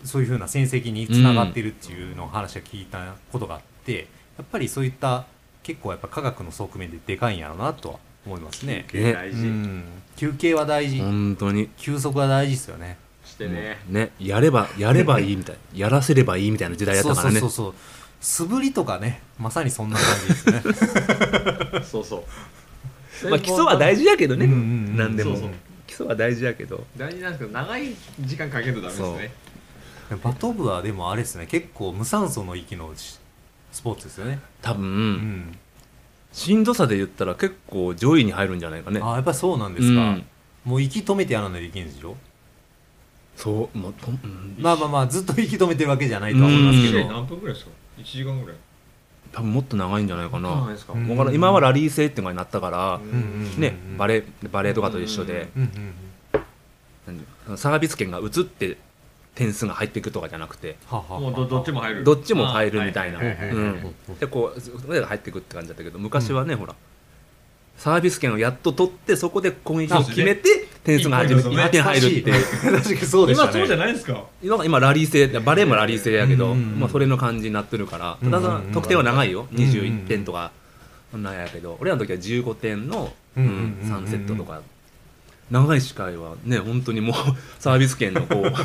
そういうふうな戦績につながってるっていうのを話は聞いたことがあってやっぱりそういった結構やっぱ科学の側面ででかいんやろうなとは思いますね。ね大う事ん休憩は大事本当に休息は大事ですよね。してねねやればやればいいみたい なやらせればいいみたいな時代やったからねそうそうそうそう素振りとかねまさにそんな感じですねそうそう まあ基礎は大事やけどね、うんうんうん何でもそうそう基礎は大事やけど大事なんですけど長い時間かけるとダメですね バト部はでもあれですね結構無酸素の域のスポーツですよね多分、うん、しんどさで言ったら結構上位に入るんじゃないかねあやっぱりそうなんですか、うんもう息止めてやらないといけんでしょそうもうと、うんまあまあまあずっと息止めてるわけじゃないとは思いますけ試ど合何分ぐらいですか1時間ぐらい多分もっと長いんじゃないかなそうなんですかうんわからん今はラリー制っていうのになったから、うんうんうんね、バレーバレーとかと一緒で、うんうん何サービス権が移って点数が入っていくとかじゃなくてはあはあはあもうどどっちも入るどっちも入るみたいな、あーはははうはん、でこう腕が入っていくって感じだったけど昔はね、ほらサービス権をやっと取ってそこで攻撃を決めて点数が始めそうて1ですね点入るっていう確かにそうでしたね今そうじゃないですかなんか今ラリー制バレーもラリー制やけど、うんうんうんまあ、それの感じになってるからうんうんうたんだ得点は長いよんうんうん21点とかなんやけど俺らの時は15点の、ううんんうんうんうん3セットとか長い司会はね本当にもう サービス権のこうだって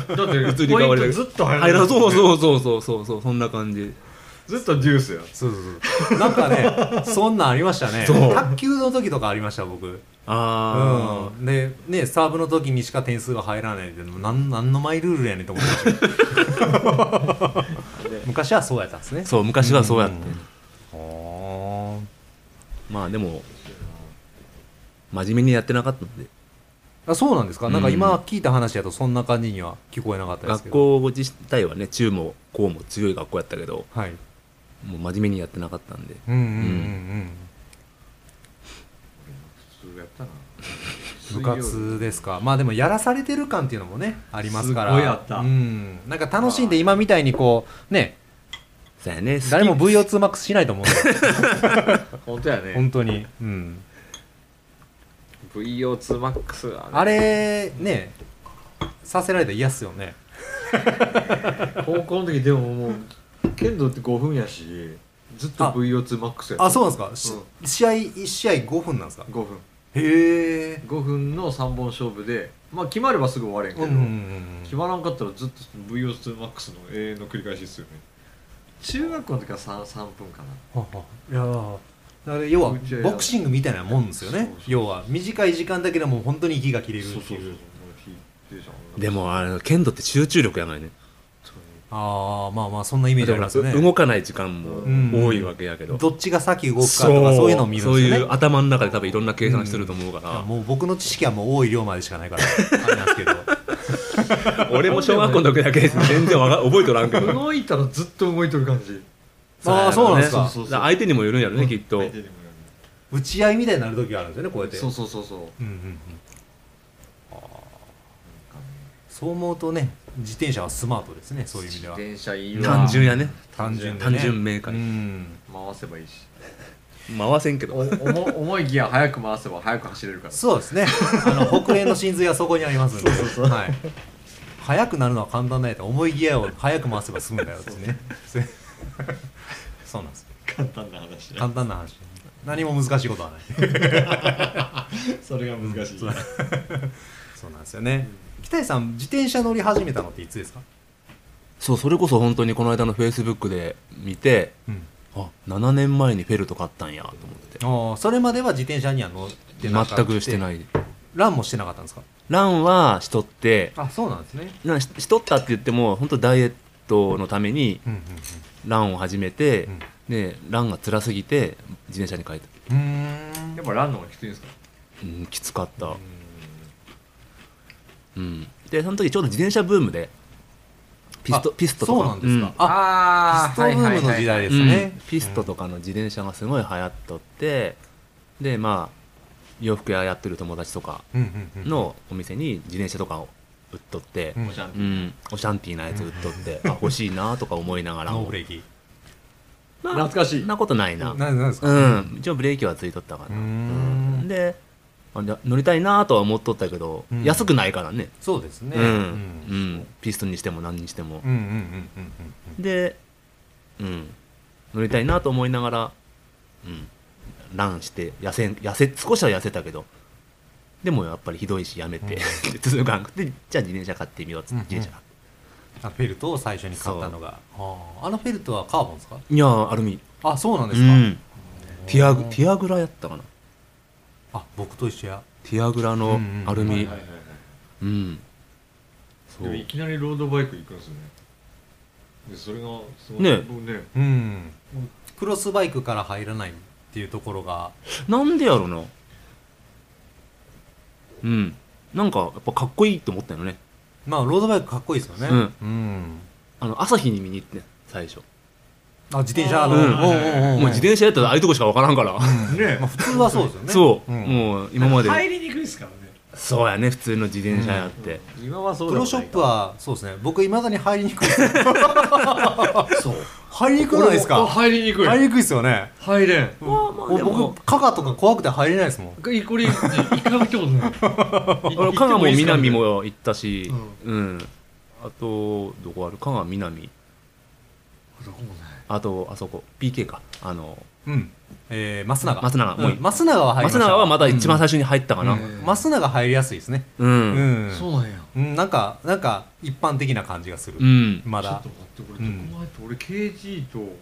移りポ変わイりントでずっと入入るらそうそうそうそうそうそうそんな感じずっとデュースやそうそうそうなんかねそんなんありましたねそう卓球の時とかありました僕ああ、うん、でねサーブの時にしか点数が入らないでもなんなんのマイルールやねんと思いま したよ昔はそうやったんですねそう昔はそうやって、うんほまあでも真面目にやってなかったんでーあそうなんですか、なんか今聞いた話だとそんな感じには聞こえなかったですけど学校自体はね中も高も強い学校やったけどはいもう真面目にやってなかったんでうんうんうん普通 やったなうん部活ですかまあでもやらされてる感っていうのもねありますからすごいあったうん、なんか楽しんで今みたいにこうねそうやね好き誰も VO2MAX しないと思うんだよ本当や ね本当にうん VO2MAX はねあれねさせられたら嫌っすよね高校の時でももう剣道って5分やしずっとあ VO2MAX やったあそうなんですか、し試合1試合5分なんですか5分へえ5分の3本勝負でまあ決まればすぐ終われんけうんど、うんうん決まらんかったらずっと VO2MAX の永遠の繰り返しですよね中学校の時は 3, 3分かなははいやーだから要はうちはやボクシングみたいなもんですよそうねそう要は短い時間だけでもう本当に息が切れるっていうでもあれ剣道って集中力やないねああまあまあそんなイメージだありかますねら動かない時間んも多いわけやけどどっちが先動くかとかそういうのを見るんですそういようね頭の中で多分いろんな計算してると思うから、もう僕の知識はもう多い量までしかないからあれなんですけど俺も小学校の時だけです全然わか覚えとら んけど動いたらずっと動いとる感じああそうなんですかそうそうそうだら相手にもよるんやろね、きっと相手にもよ打ち合いみたいになる時があるんですよねこうやっるてそうそうそうそううんうんうんそう思うとね自転車はスマートですねそういう意味では自転車いいわ単純やね単純でね単純明快うん回せばいいし回せんけどお重重いギア早く回せば早く走れるからそうですねあの北米の真髄はそこにありますんではい、速くなるのは簡単だよと思いギアを速く回せば済むんだよってねそうなんです簡単な 話簡単な話何も難しいことはないそれが難しいそうそうなんですよね北井さん自転車乗り始めたのっていつですか、そうそれこそ本当にこの間のフェイスブックで見てあ7年前にフェルト買ったんやと思ってああそれまでは自転車には乗ってなかった全くしてないランもしてなかったんですかランはしとってあそうなんですねなししとったって言っても本当ダイエットのためにうんうんランを始めて、うんでランが辛すぎて自転車に変えた、うんうーんやっぱランの方がきついんですかうん、きつかった、うん、でその時ちょうど自転車ブームでピストあピストとかそうなんですか、うああピストブームの時代ですね、うんピストとかの自転車がすごい流行っとって、でまあ洋服屋やってる友達とかうんうんうんのお店に自転車とかを売っとって、ううんんおしゃんおシャンティーなやつ売っ とって、あ欲しいなとか思いながらノーもブレーキまあ懐かしいそんなことないな、ななんですかうん、一応ブレーキはついとったからうーな、んうんであじゃ乗りたいなとは思っとったけど、うん安くないからねそうですねうん、ううんん、ピストンにしても何にしてもうんう、んうんうんで、うん、乗りたいなと思いながら、うん、ランして痩せん痩せ少しは痩せたけどでもやっぱりひどいしやめて、で 続かんくてじゃあ自転車買ってみようっつって自転車買っあフェルトを最初に買ったのがあーあのフェルトはカーボンですかていやーアルミあそうなんでうすか、んティアグティアグラやったかなあ僕と一緒やティアグラうのんうんアルミ、はいはいはいはいうんそでもいきなりロードバイク行くんですねでそれがすごいね僕ねうんクロスバイクから入らないっていうところがなんでやろなうんなんかやっぱかっこいいと思ったよねまあロードバイクかっこいいですよねうんんあの朝日に見に行ってん最初、あ自転車のうんももう自転車やったらああいうとこしかわからんから、ねまあ普通はそうですよねそう、んもう今まで、入りにくいですからねそうやね普通の自転車やって、今はそうプでもロなシいかョップはそうですね僕いまだに入りにくいそう入りにくく俺ないもですあか入りにくい入りにくいですよね入れんまあまあでも僕加賀とか怖くて入れないですもんこれこれ一回も行ったことない 俺香川も南行っも行ったしううん、あとどこある香川南てもいいですかねどこもないあとあそこ PK かあのうんえー、松永松永もううん松永は入りまし松た永はまだ一番最初に入ったかなうん松永入りやすいですねううんうん、ん、そうなんやうんなんかなんか一般的な感じがする、まちょっだと待ってこれどこも入って俺 KG と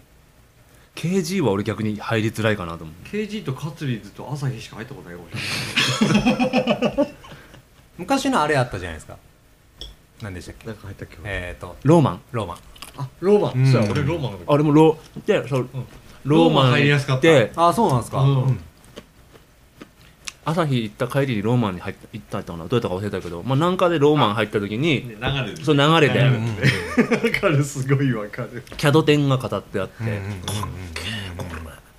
KG は俺逆に入りづらいかなと思う KG とカツリーズと朝日しか入ったことないかもしれない昔のあれあったじゃないですか何でしたっけ なんか入ったっけえっ、ー、とローマンローマンあローマン、うんそうや俺ローマンの時あれもローでそう、ロローーママンン入りやすかったでああそうなんですか、うん朝日行った帰りにローマンに入った行ったんやったかなどうやったか忘れたけど、まあ、南下でローマン入った時に、ね流れでそう流れで、うんわかるすごいわかるキャド店が語ってあって、うんうんうんうん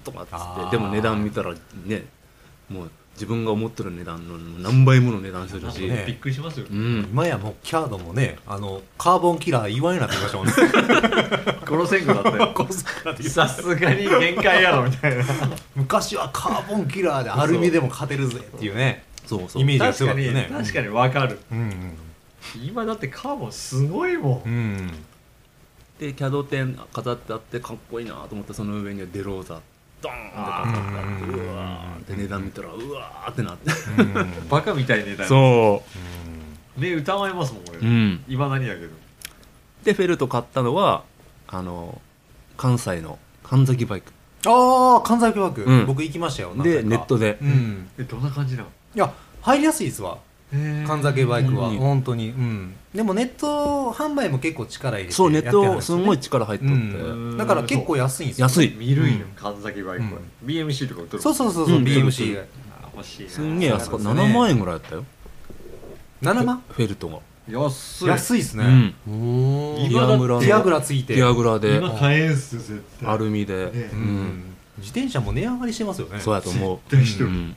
とかっつっあーてでも値段見たらねもう自分が思ってる値段の何倍もの値段するし、ねびっくりしますようん今やもうキャードもねあのカーボンキラー言わんようになってきましたも んね殺せんくなったよ さすがに限界やろみたいな昔はカーボンキラーでアルミでも勝てるぜっていうねそうそうイメージが確強かかったに、よね確かにわかるうん今だってカーボンすごいもうんんうんでキャド店飾ってあってかっこいいなと思ってその上にはデローザドーンって飾ってあっあてーうわーで値段見たらうわーってなってうんうんバカみたいねだよそね歌われますもん俺ううんいまだにだけどでフェルト買ったのはあの関西の神崎バイクああ関西教育、うん僕行きましたよ何回でかネットでうんえどんな感じなのいや入りやすいですわ神崎バイクはうん本当にうんでもネット販売も結構力入れてそうネッやってはるんトですよねごい力入っとっうてんだから結構安いんですよ安い見るんようん神崎バイクはうん BMC とか売っとるそうそうそうそううん BMC があ欲しいなすんげえ安かったそうなんですね7万円ぐらいだったよ7万フェルトが安い安いですうね、んおーディアグラディアグラついてディアグラで今買えんすよ絶対アルミで、ねう、うんん自転車も値上がりしてますよねそうやと思う絶対してるうん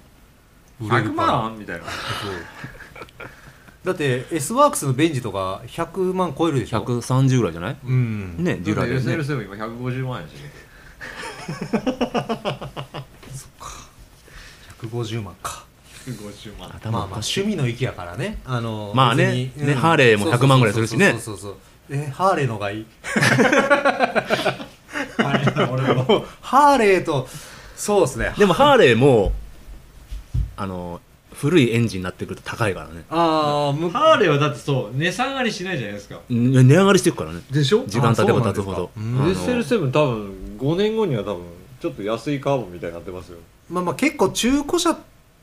売れる100から万みたいなそうだって S ワークスのベンジとか100万超えるでしょ130ぐらいじゃないうんねデュラでね SL7 今150万やしね150万か150まあ万まあ頭おか趣し味いの域やからねあのまあね別にねハーレーも100万ぐらいするしねそうそうそうそうそうえハーレーの方が いいハーレーとそうですねでもハーレーもあの古いエンジンになってくると高いからねああむハーレーはだってそう値下がりしないじゃないですかうん値上がりしていくからねでしょ時間経てば経つほどあそうなんあでの SL7 多分5年後には多分ちょっと安いカーボンみたいになってますよまあまあ結構中古車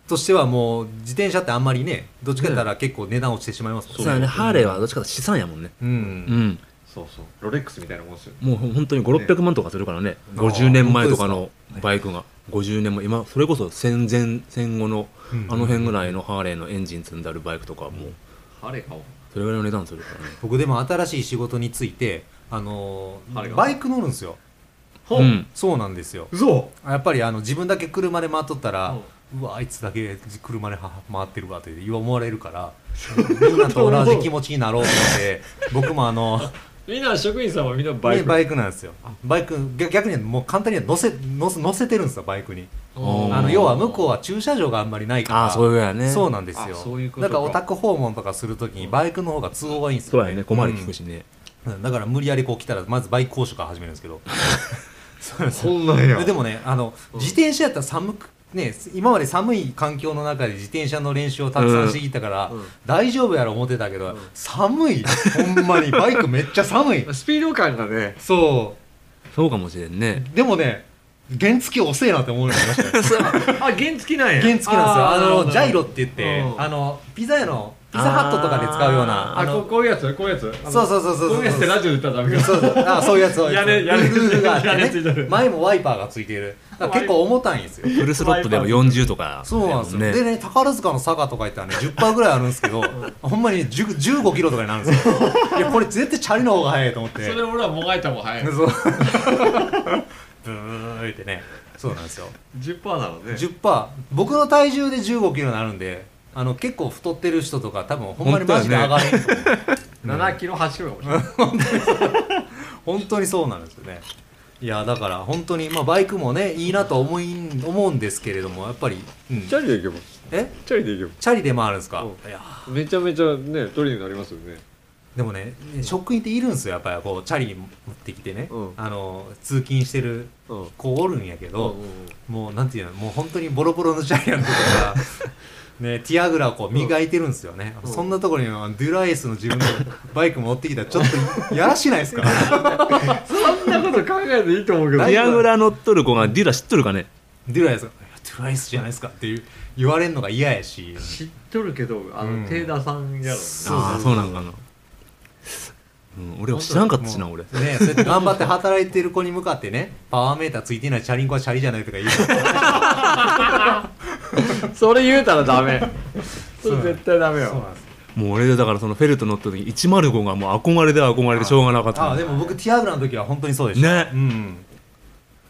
としてはもう自転車ってあんまりねどっちかやったら結構値段落ちてしまいますもんそうやねハーレーはどっちかというと資産やもんねううんんそうそうロレックスみたいなもんですよもう本当にね5600万とかするからねあー50年前とか本のバイクが50年前今それこそ戦前戦後のうんあの辺ぐらいのハーレーのエンジン積んであるバイクとかもうハーレー買おうそれぐらいの値段するからね僕でも新しい仕事についてあのーハーレーがバイク乗るんですよほううんそうなんですよ嘘やっぱりあの自分だけ車で回っとったら、うわあいつだけ車では回ってるわって言わ思われるからみんなと同じ気持ちになろうと思って僕もあの、ねみんな職員さんはみんなババイイククなんですよバイク逆逆にもう簡単には乗せ乗せ乗せてるんですよバイクにおーあの要は向こうは駐車場があんまりないからああそういうやねそうなんですよあそういうことだかからオタク訪問とかするときにバイクの方が都合がいいんですよ、そうやね小回り聞くしねうんだから無理やりこう来たらまずバイク講習から始めるんです けどそうなんですよそんなんやでもねあのん自転車やったら寒くね今まで寒い環境の中で自転車の練習をたくさんしてきたから、うんうん大丈夫やろ思ってたけど、寒いほんまにバイクめっちゃ 寒いスピード感がねそそうかもしれんねうでもね原付遅えなって思うようになりましたねあ原付なんや原付なんですよあのジャイロっって言って、うんあのピザ屋のピザハットとかで使うようなああこのうこういうやつこういうやつあのそうそうそうそうこういうやつってラジオで歌ったらダメかそうそうあそういうやつを屋根ルールがあっ屋根つていて ねる前もワイパーがついているだから結構重たいんですよフルスロットでも40とかそうなんですよ、やもでねね宝塚の坂とか言ったらね10%ぐらいあるんですけど、ほんまにね10 15キロとかになるん ですよいやこれ絶対チャリの方が早いと思ってそれ俺はもがいたもん早いそう ブーってねそうなんですよ10%なのね10%僕の体重で15キロになるんであの結構太ってる人とか多分ほんまにマジで上がれんと思う7キロ走るかもしれない 本当にそうなんですよねいやだから本当にまあバイクもねいいなとは思い思うんですけれどもやっぱり、うんチャリで行けますえチャリで行けチャリで回るんですか、いやますめちゃめちゃね取りになりますよねでもね職員っているんですよやっぱりこうチャリ持ってきてね、うんあの通勤してるうん子おるんやけど、うんうんもうなんていうのもう本当にボロボロのチャリやんとかねティアグラをこう磨いてるんですよね、そんなところにあのデュラエースの自分のバイク持ってきたらちょっとやらしないですかそんなこと考えていいと思うデけどィアグラ乗っとる子がディラ知っとるかねデュラエースいやデュラエースじゃないですかっていう言われるのが嫌やし知っとるけどあの、うんテイダーさんやろそうああそうなんかなうん俺は知らんかったしな俺ねそうやって頑張って働いてる子に向かってねパワーメーターついてないチャリンコはチャリじゃないとか言うそれ言うたらダメ それ絶対ダメそうよなんですもう俺でだからそのフェルト乗った時105がもう憧れで憧れでしょうがなかったあでも僕ティアグラの時は本当にそうでしたねうん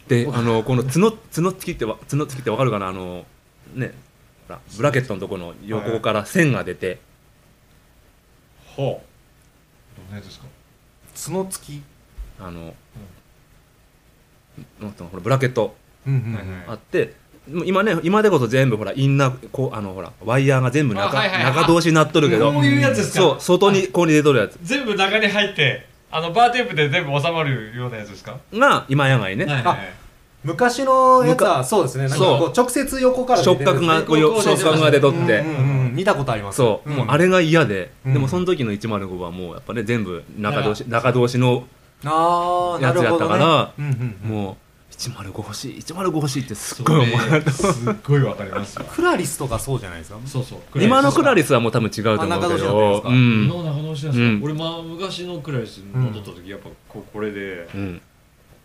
であのこの角角つきってわ角つきってわかるかなあのねほらブラケットのとこの横から線が出てほうどのやつですか角付きあのなんていうのこのブラケットうんうんはいはいあってもう今ね今でこそ全部ほらインナーこうあのほらワイヤーが全部中,、あはいはいはい中通しになっとるけどこういうやつですかそう外にこうに出とるやつ全部中に入ってあのバーテープで全部収まるようなやつですかが今やがいね、はいはい昔のやつはそうですねなんかそうこう直接横から出触てる覚がこうこう触覚が出とって、うんうんうん見たことありますそう、もうあれれが嫌で、うんでもその時の105はもうやっぱね全部中通し中通しのああなるほどねやうんうんうんもう105欲しい105欲しいってすっごい思うすっごいわかりますクラリスとかそうじゃないですかそうそう 今のクラリスはもう多分違うと思うけどあ中通しう今んの中のしなんですうんか俺まあ昔のクラリス乗っとった時やっぱここれでうん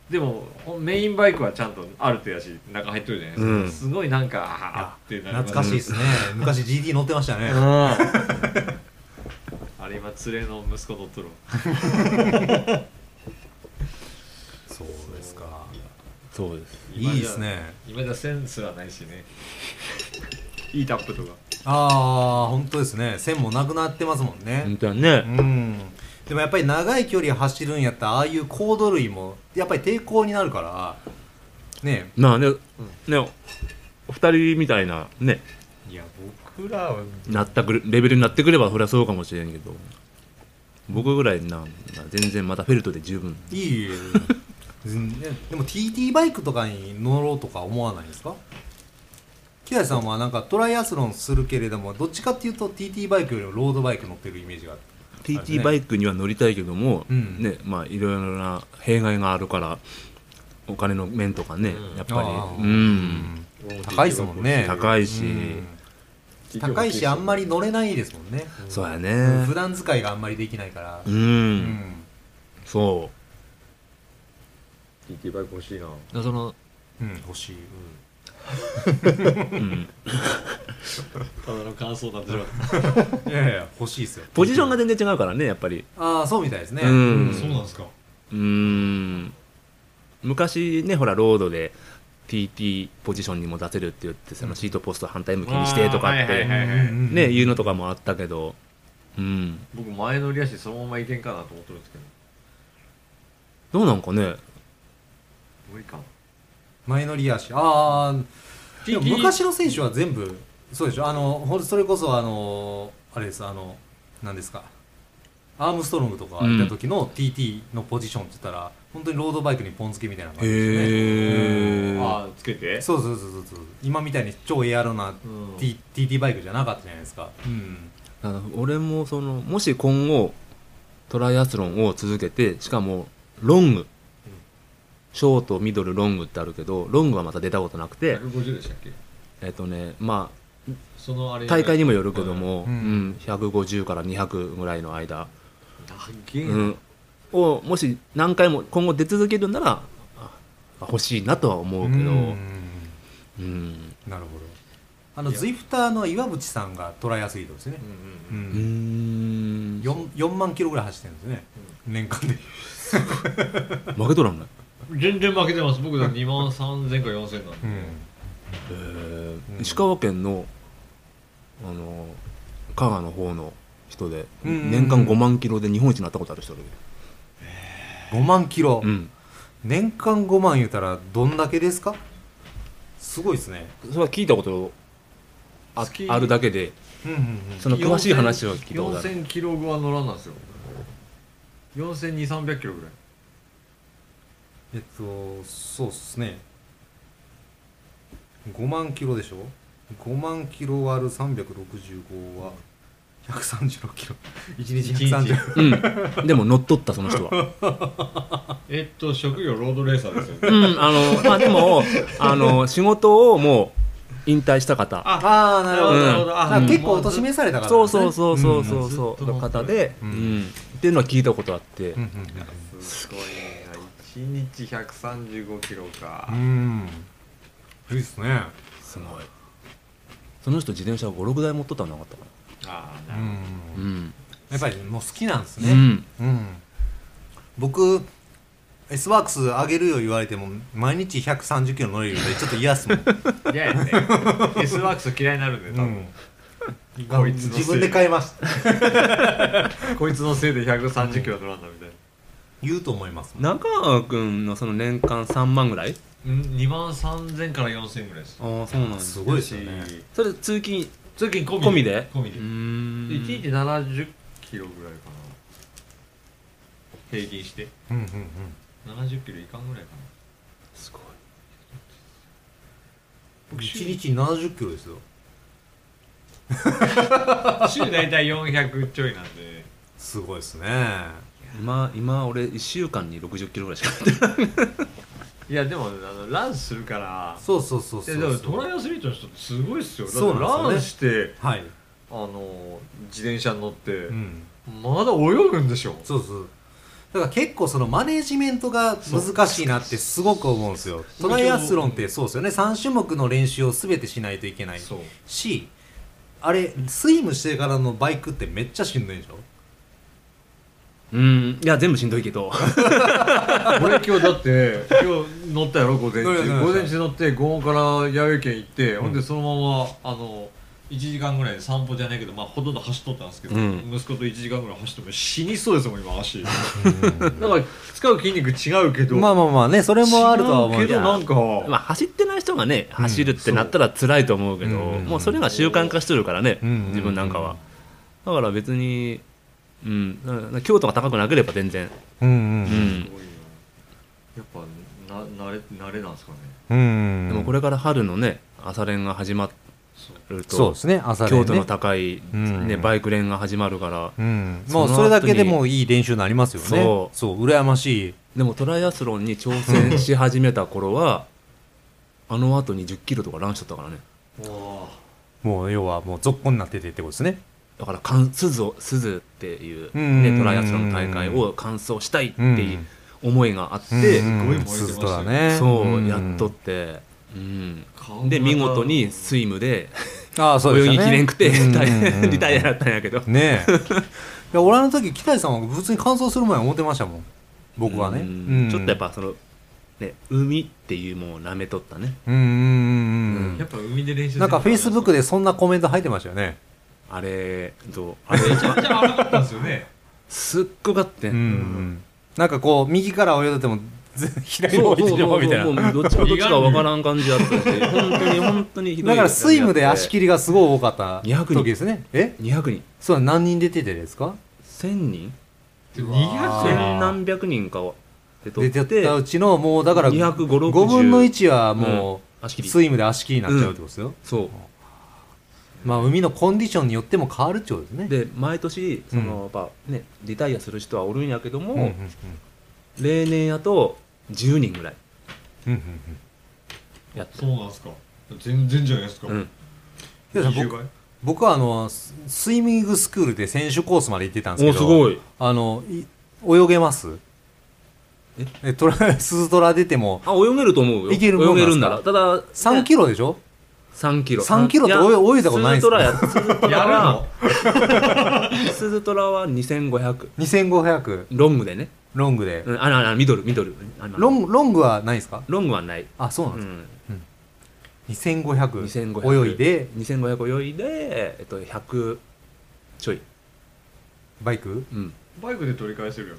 でもほんメインバイクはちゃんとある程度やし中入っとるじゃないですか、うんすごいなんかあ ーってなります懐かしいですね昔 GT 乗ってましたねうんありまが連れの息子とっとるわそうですかそうですいいですね今じゃセンスはないし ねいいタップとかああ本当ですね線もなくなってますもんね本当やねうんでもやっぱり長い距離走るんやったらああいうコード類もやっぱり抵抗になるからねえなあね,、ねお二人みたいなねいや僕らはなったくるレベルになってくればそりゃそうかもしれんけど僕ぐらいなな全然またフェルトで十分いいよ全然でも TT バイクとかに乗ろうとか思わないですか木梨さんはなんかトライアスロンするけれどもどっちかっていうと TT バイクよりもロードバイク乗ってるイメージがある TT バイクには乗りたいけども、うんねまあいろいろな弊害があるからお金の面とかね、やっあぱありうん高いですもんね高いしうん高いしあんまり乗れないですもんね、そうやうんね普段使いがあんまりできないからうん、うんそ TT バイク欲しいなうだからその、うん欲しいうん、ただの感想になってしまっいやいや欲しいですよポジションが全然違うからねやっぱりああそうみたいですねうんたそうなんですかうーん昔ねほらロードで TT ポジションにも出せるって言ってそのシートポスト反対向きにしてとかっあーはいてはいはいねいいうのとかもあったけどうん僕前乗りやしそのままいけんかなと思ってるんですけどどうなんかね無理かな前乗りやしああでも TT 昔の選手は全部そうでしょあのほんそれこそあのあれですあの何ですかアームストロングとかいた時の TT のポジションって言ったら本当にロードバイクにポン付けみたいな感じですねへあーつけてそうそうそうそうそう今みたいに超エアロなうん T TT バイクじゃなかったじゃないですかうん俺もそのもし今後トライアスロンを続けてしかもロングショートミドルロングってあるけどロングはまた出たことなくて150でしたっけえっとねまあそのあれ大会にもよるけども、ううんん150から200ぐらいの間、高えなうん、をもし何回も今後出続けるならあ欲しいなとは思うけど、うんうんなるほどあのズイフターの岩渕さんがトライアスリートですねうんうんうんううんん4 4万キロぐらい走ってるんですね、年間で負けとらんね、全然負けてます僕だ2万3000か4000なんで、えうーん石川県のあの加賀の方の人で、うん年間5万キロで日本一になったことある人だ5万キロ、うん、年間5万言うたらどんだけですかすごいですねそれは聞いたことあ好きあるだけでうんうんうんその詳しい話は聞いたことある4000キロ後は乗らんなんですよ4200300キロぐらいえっとそうっすね5万キロでしょ5万キロ割る365は136キロ1日130 うん、でも乗っ取ったその人はえっと職業ロードレーサーですよねうん、あの、まあ、でも、あの、仕事をもう引退した方。ああなるほど、うんなるほどあうん結構おとしめされたから、ね、そうそうそうそうそうそう、うんの方で、ううんん、っていうのは聞いたことあってうん、うんすごいな1日135キロかうんうんいいっすねすごい。その人自転車を五六台持っとったんなかったかああうなるな。うんん、やっぱりもう好きなんですうね、ん、うん、僕 S ワークス上げるよ言われても毎日130キロ乗れるよでちょっと嫌っすもん、ほど嫌やね S ワークス嫌いになるんで多分、こいつのせい自分で買いましたこいつのせいで130キロ乗らんだみたいな言うと思いますもん中川君のその年間三万ぐらい。うん2万3000から4000ぐらいですああ、そうなんですす。ごいですよねそれ通勤。通勤込み込みで込みうでーん1日70キロぐらいかな平均してうんうんうん70キロいかんぐらいかなすご僕1日70キロですよ 週大体400ちょいなんですごいですねい。今、今、俺一週間に六十キロぐらいしか。いやでもあのランするからそうそうそうそういやでもトライアスリートの人ってすごいっすよだってそうなんランでしすて、はい、あの自転車に乗って、うん、まだ泳ぐんでしょそうそうだから結構そのマネジメントが難しいなってすごく思うんですよトライアスロンってそうですよね3種目の練習を全てしないといけないそうしあれスイムしてからのバイクってめっちゃしんどいでしょうん いや全部しんどいけど俺今日だって 今日乗ったやろ午前乗りました乗中りまし午た前中乗って午後から弥生県行って、ほんでそのままあの1時間ぐらいで散歩じゃないけど、まあ、ほとんど走っとったんですけど、うん息子と1時間ぐらい走っても死にそうですもん今足だから使う筋肉違うけどまあまあまあねそれもあるとは思う違けどなんか、まあ走ってない人がね走るってなったら辛いと思うけど、うんもうそれが習慣化してるからね、うん自分なんかはだから別にうんなな強度が高くなければ全然うんううん、んやっぱな慣れ慣れなんですかねうんでもこれれから春のね朝練が始まるとそうですね朝練ね強度の高い、ねうんバイク練が始まるからうんそものう後にそれだけでもいい練習になりますよねそそうう羨ましいでもトライアスロンに挑戦し始めた頃はあの後に1 0キロとかランしとったからねおーもう要はもう続行になっててってことですねだからかん鈴を鈴っていう、うね、んトライアスロンの大会を完走したいっていう思いがあって、うんうんすごい燃えてましたよ鈴とだねそう、んやっとって、うん、顔でが見事にスイムでああそうで泳すぎきれんくて、大変 リリタイアだったんやけど、ねえいや俺あの時北井さんは普通に乾燥する前は思ってましたもん僕はね、ううんんちょっとやっぱその、ね、海っていうものをなめとったねうんうんうんうん、やっぱ海で練習なんかフェイスブックでそんなコメント入ってましたよねあれとあれめちゃめちゃ危なかったんですよねすっごかってうん、なんかこう右から泳いでてもず左にそ泳うそう いでてもそうみたいなもうどっちもどっちかわからん感じやったし本当に本当にひどいだからスイムで足切りがすごい多かった200人時ですねえ200人そう何人出ててですか1000人あー200千何百人かをで取出ってったうちのもうだから250 60 5分の1はもうん足う切りスイムで足切りになっちゃうってことですよ、そうまあ海のコンディションによっても変わるってことですねで毎年そうんの、やっぱね、リタイアする人はおるんやけども、うんうんうん例年やと10人ぐらいうんうんうんやってそうなんですか全然じゃないですか、うんで20僕倍僕はあのススイミングスクールで選手コースまで行ってたんですけどいあのい泳げますええトラ スズトラ出てもあ泳げると思うよいけるもんなんすか泳げるんならただ3キロでしょ3キロ3キロって泳い泳いだことないんすかかスズトラやるやのスズトラは2500 2500ロングでね、ロングで、うん、あらあらミドルミドルあのロンロングはないですかロングはない、あそううなんですん、か、2500 2500泳いで2500泳いで、えっと、100ちょい、バイクうん、バイクで取り返せるよ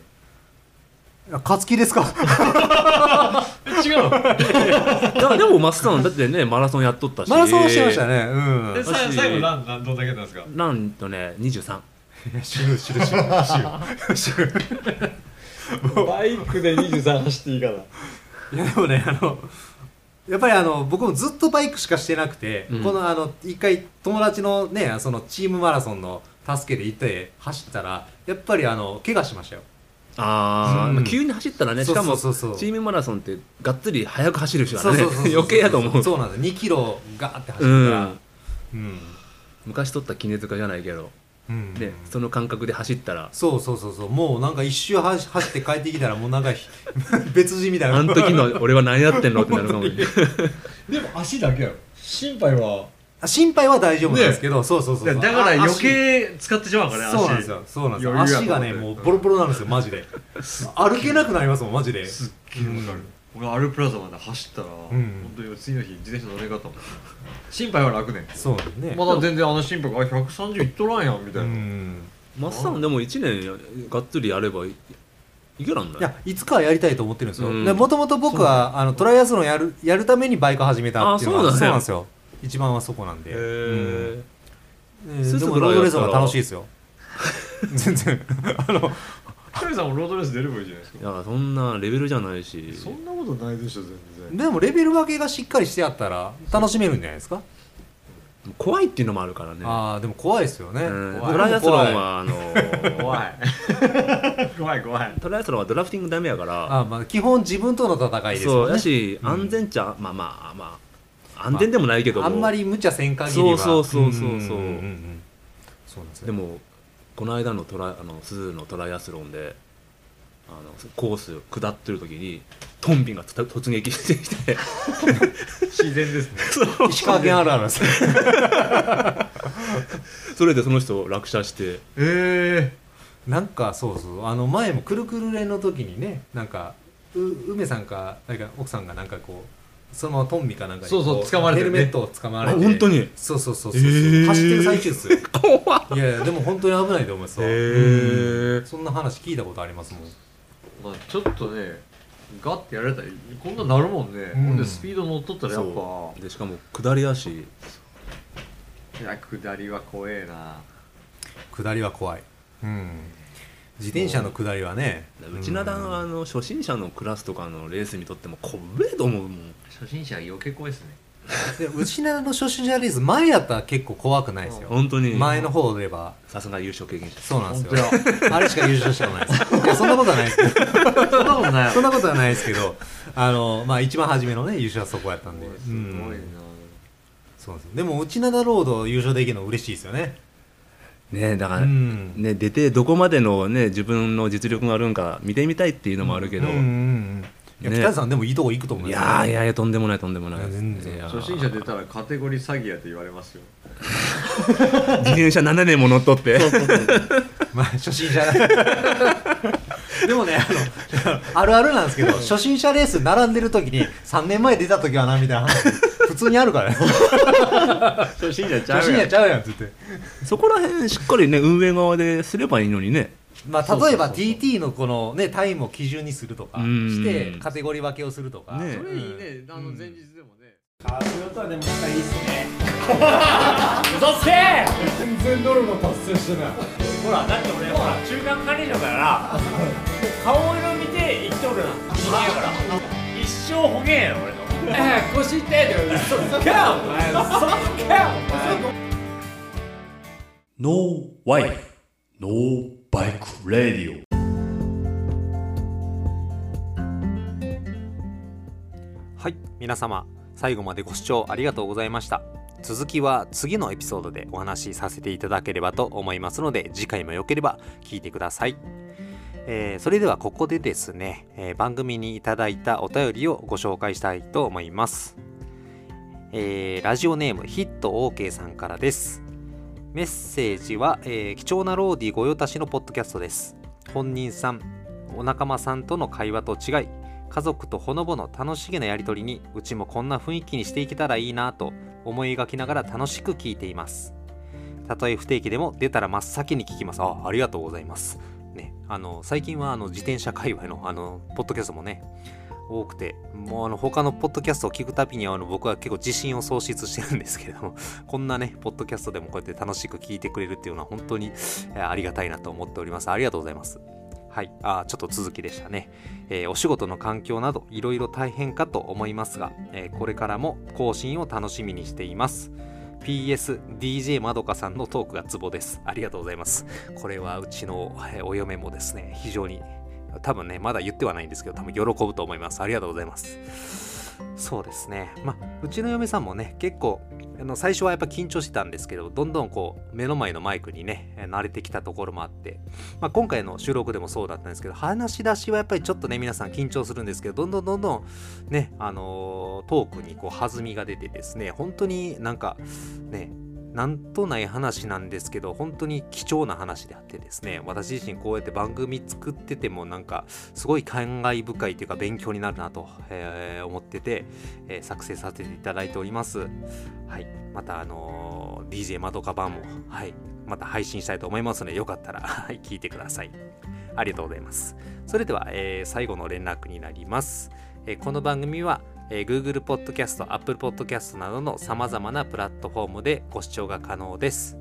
あ勝つ気です か違うだからでもマスターだってねマラソンやっとったしマラソンはしてましたね、うでんさ最後ランなんどんだけなんですかランとね23知る知る 知る バイクで23走っていいからいやでもねあのやっぱりあの僕もずっとバイクしかしてなくて、うんこのあの一回友達のねそのチームマラソンの助けで行って走ったらやっぱりあの怪我しましたよあうあ、んまあ急に走ったらねしかもチそうそうそうそうームマラソンってがっつり速く走る人そだうねそうそうそう 余計やと思うそうなんです2キロガーって走うるからんうん、昔取った絹塚じゃないけどうんねその感覚で走ったらそうそうそうそうもうなんか一周はし走って帰ってきたらもうなんか ひ別人みたいなあの時の俺は何やってんのってなるかもねでも足だけやろ心配は あ心配は大丈夫なんですけど、そうそうそうそうだからあ余足計使ってしまうからね足そうなんですよそうなんですよ余裕や足がねと思もってうボロボロなんですよマジ で歩けなくなりますもんマジですっげえわかる、俺アルプラザまで走ったら、本当に次の日自転車乗れなかったもん心配は楽ねんそうなんですねまだ全然あの心配があ130いっとらんやんみたういな、んマスターでも1年がっつりやればいいけらんだいやいつかはやりたいと思ってるんですようんもともと僕はあのトライアスロンやるやるためにバイク始めたっていうのがあそうなんだそうなんですよ一番はそこなんでへえうんうんスーツでもトラロイーアスロドレースンの方が楽しいですよ全然ひとりさんもロードレース出ればいいじゃないですいかやそんなレベルじゃないしそんなことないでしょ全然でもレベル分けがしっかりしてあったら楽しめるんじゃないですか怖いっていうのもあるからねああでも怖いですよねうん怖いトライアスロン僕も怖いはあ の 怖い怖い怖いトライアスロンはドラフティングダメやからあーまあ基本自分との戦いですそようだねし、うん安全っちゃまあまあまあ安全でもないけども、あんまり無茶せん限りはそうそうそうそうそうんんんんそうなんですよでもこの間のトライあの鈴のトライアスロンであのコース下ってる時にトンビがつた突撃してきて 自然ですね石川県あるあるですねそれでその人落車してええなんかそうそうあの前もくるくる連の時にねなんかう梅さんかなんか奥さんがなんかこうそのままトンミかなんかにそうそうこ捕まれてヘルるねメットを捕まれてあ本当にそうそうそうそう、そうえー走ってる最中です よいやいやでも本当に危ないと思いますわ、えそんな話聞いたことありますもんまあ、ちょっとねガッてやられたらこんなんなるもんね、うんほんでスピード乗っとったらやっぱでしかも下りやしいや下りは怖えな下りは怖いうん自転車の下りはねうちなだんはあの初心者のクラスとかのレースにとっても怖えと思うもん初心者は余計怖いですねでうちなの初心者レース前やったら結構怖くないですよ本当に前の方ではさすが優勝経験者そうなんですよあれしか優勝したことないですいやそんなことはないですけどそんなことないそんななことはないですけどあのまあ一番初めのね優勝はそこやったんでうすごいな、んそうなんですよでも内灘ロード優勝できるの嬉しいですよねねだかうら、んね出てどこまでのね自分の実力があるんか見てみたいっていうのもあるけど、うんうんうんいやね北谷さんでもいいとこ行くと思うんいですやよーいやいやとんでもないとんでもないいや全然いやー初心者出たらカテゴリー詐欺やって言われますよ自転車7年も乗っとってまあ初心者 でもねあのあるあるなんですけど初心者レース並んでる時に3年前出た時はなみたいな話普通にあるからね初心者ち初心者ちゃうやんっつってそこら辺しっかりね運営側ですればいいのにねまあ例えば TT のこのねタイムを基準にするとかうんしてカテゴリー分けをするとかねそれいいねあの前日でもね、 No wife, no bike radio. はい皆様最後までご視聴ありがとうございました続きは次のエピソードでお話しさせていただければと思いますので次回もよければ聞いてください、えーそれではここでですね、えー番組にいただいたお便りをご紹介したいと思います、えーラジオネームヒット OK さんからですメッセージは、えー貴重なローディ御用達のポッドキャストです本人さんお仲間さんとの会話と違い家族とほのぼの楽しげなやりとりにうちもこんな雰囲気にしていけたらいいなと思い描きながら楽しく聞いていますたとえ不定期でも出たら真っ先に聞きますあありがとうございますねあの最近はあの自転車界隈のあのポッドキャストもね多くてもうあの他のポッドキャストを聞くたびにあの僕は結構自信を喪失してるんですけれども こんなねポッドキャストでもこうやって楽しく聞いてくれるっていうのは本当にえーありがたいなと思っておりますありがとうございますはいあーちょっと続きでしたねえーお仕事の環境などいろいろ大変かと思いますが、えーこれからも更新を楽しみにしています PSDJ まどかさんのトークがツボですありがとうございますこれはうちのえーお嫁もですね非常に多分ねまだ言ってはないんですけど多分喜ぶと思いますありがとうございますそうですねまあうちの嫁さんもね結構あの最初はやっぱ緊張してたんですけどどんどんこう目の前のマイクにねえー慣れてきたところもあってまあ、今回の収録でもそうだったんですけど話し出しはやっぱりちょっとね皆さん緊張するんですけどどんどんどんどんねあのートークにこう弾みが出てですね本当になんかねなんとない話なんですけど本当に貴重な話であってですね私自身こうやって番組作っててもなんかすごい感慨深いというか勉強になるなと、えー思ってて、えー作成させていただいておりますはいまたあのー DJ まどか版もはいまた配信したいと思いますので、よかったら、 はい、聞いてください。ありがとうございます。それでは、えー最後の連絡になります。えーこの番組は、えー Google Podcast、Apple Podcast などの様々なプラットフォームでご視聴が可能です。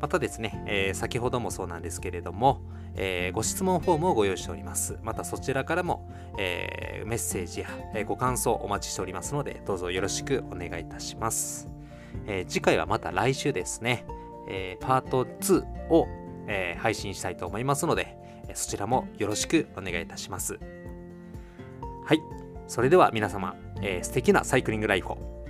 またですね、えー先ほどもそうなんですけれども、えーご質問フォームをご用意しております。またそちらからも、えーメッセージや、えーご感想お待ちしておりますので、どうぞよろしくお願いいたします。えー次回はまた来週ですね。えーパート2を、えー配信したいと思いますので、えーそちらもよろしくお願いいたします。はい。それでは皆様、えー素敵なサイクリングライフを。